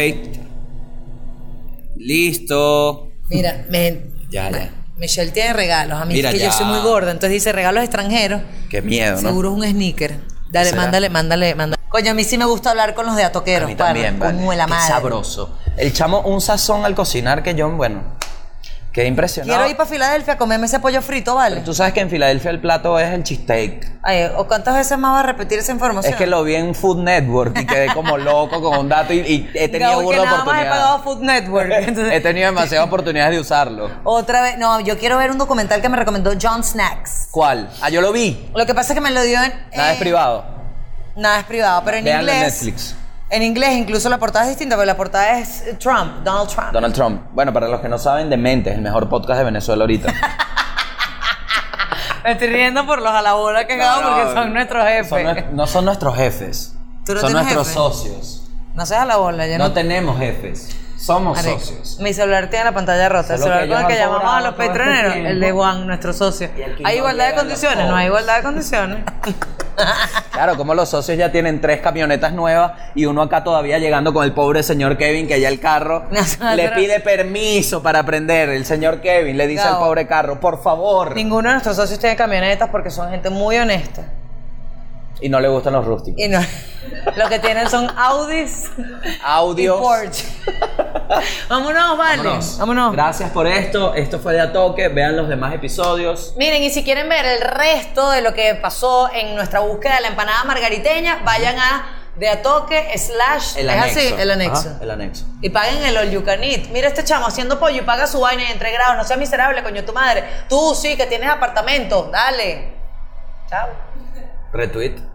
[SPEAKER 8] Listo.
[SPEAKER 2] Mira, men,
[SPEAKER 8] Ya, ya.
[SPEAKER 2] Michelle tiene regalos. A mí
[SPEAKER 8] Mira
[SPEAKER 2] es que yo
[SPEAKER 8] ya.
[SPEAKER 2] soy muy gorda, entonces dice regalos extranjeros.
[SPEAKER 8] Qué miedo, ¿no?
[SPEAKER 2] Seguro es un sneaker. Dale,
[SPEAKER 8] ¿Será?
[SPEAKER 2] mándale, mándale, mándale. Coño, a mí sí me gusta hablar con los de
[SPEAKER 1] A
[SPEAKER 2] atoqueros,
[SPEAKER 1] mí
[SPEAKER 2] pana,
[SPEAKER 1] también, vale.
[SPEAKER 2] como la
[SPEAKER 1] Qué
[SPEAKER 2] madre.
[SPEAKER 1] sabroso. El chamo, un sazón al cocinar que yo, bueno, quedé impresionado.
[SPEAKER 2] Quiero ir para Filadelfia a comerme ese pollo frito, ¿vale?
[SPEAKER 1] Tú sabes que en Filadelfia el plato es el cheesesteak.
[SPEAKER 2] Ay, ¿O cuántas veces más va a repetir esa información?
[SPEAKER 1] Es que lo vi en Food Network y quedé como loco con un dato y, y he tenido
[SPEAKER 2] Gabo, que
[SPEAKER 1] burda
[SPEAKER 2] nada más he pagado
[SPEAKER 1] oportunidad.
[SPEAKER 2] Food Network. entonces-
[SPEAKER 1] He tenido demasiadas oportunidades de usarlo.
[SPEAKER 2] Otra vez, no, yo quiero ver un documental que me recomendó John Snacks.
[SPEAKER 1] ¿Cuál? Ah, yo lo vi.
[SPEAKER 2] Lo que pasa es que me lo dio en.
[SPEAKER 1] Nada
[SPEAKER 2] eh,
[SPEAKER 1] es privado.
[SPEAKER 2] Nada es privado, pero en
[SPEAKER 1] Veanlo en
[SPEAKER 2] inglés.
[SPEAKER 1] Netflix.
[SPEAKER 2] En inglés, incluso la portada es distinta, porque la portada es eh, Trump, Donald Trump.
[SPEAKER 1] Donald Trump. Bueno, para los que no saben, Demente es el mejor podcast de Venezuela ahorita.
[SPEAKER 2] Me estoy riendo por los alaboras que Gabo, porque son nuestros jefes.
[SPEAKER 1] Son nues- no son nuestros jefes.
[SPEAKER 2] ¿Tú no
[SPEAKER 1] son
[SPEAKER 2] tienes
[SPEAKER 1] nuestros
[SPEAKER 2] jefe?
[SPEAKER 1] socios.
[SPEAKER 2] No seas alabola, ya
[SPEAKER 1] No,
[SPEAKER 2] no.
[SPEAKER 1] tenemos jefes. Somos
[SPEAKER 2] Marico,
[SPEAKER 1] socios.
[SPEAKER 2] Mi celular tiene la pantalla rota. El
[SPEAKER 1] Solo que
[SPEAKER 2] celular con el
[SPEAKER 1] ellos
[SPEAKER 2] que
[SPEAKER 1] han
[SPEAKER 2] llamamos a los
[SPEAKER 1] cobrado todo este
[SPEAKER 2] petroneros, el de
[SPEAKER 1] tiempo.
[SPEAKER 2] Juan, nuestro socio.
[SPEAKER 1] Y aquí
[SPEAKER 2] ¿Hay
[SPEAKER 1] no
[SPEAKER 2] igualdad de
[SPEAKER 1] llegan los
[SPEAKER 2] condiciones? No hay
[SPEAKER 1] pobres.
[SPEAKER 2] igualdad de condiciones.
[SPEAKER 1] Claro, como los socios ya tienen tres camionetas nuevas y uno acá todavía llegando con el pobre señor Kevin, que ya el carro
[SPEAKER 2] Nosotros-
[SPEAKER 1] le pide permiso para prender. El señor Kevin le dice
[SPEAKER 2] Gabo.
[SPEAKER 1] al pobre carro, por favor.
[SPEAKER 2] Ninguno de nuestros socios tiene camionetas porque son gente muy honesta.
[SPEAKER 1] Y no le gustan los rústicos.
[SPEAKER 2] Y no, lo que tienen son Audis
[SPEAKER 1] Audios.
[SPEAKER 2] y Porsche. Vámonos, vale. Vámonos.
[SPEAKER 1] Gracias por esto. Esto fue de a toque. Vean los demás episodios.
[SPEAKER 2] Miren, y si quieren ver el resto de lo que pasó en nuestra búsqueda de la empanada margariteña, vayan a de a toque slash
[SPEAKER 1] El
[SPEAKER 2] es
[SPEAKER 1] anexo.
[SPEAKER 2] así, el anexo.
[SPEAKER 1] Ajá, el anexo.
[SPEAKER 2] Y paguen el all you can eat. Mira este chamo haciendo pollo y paga su vaina y entregados. No seas miserable, coño, tu madre. Tú sí que tienes apartamento. Dale. Chao.
[SPEAKER 1] Retweet.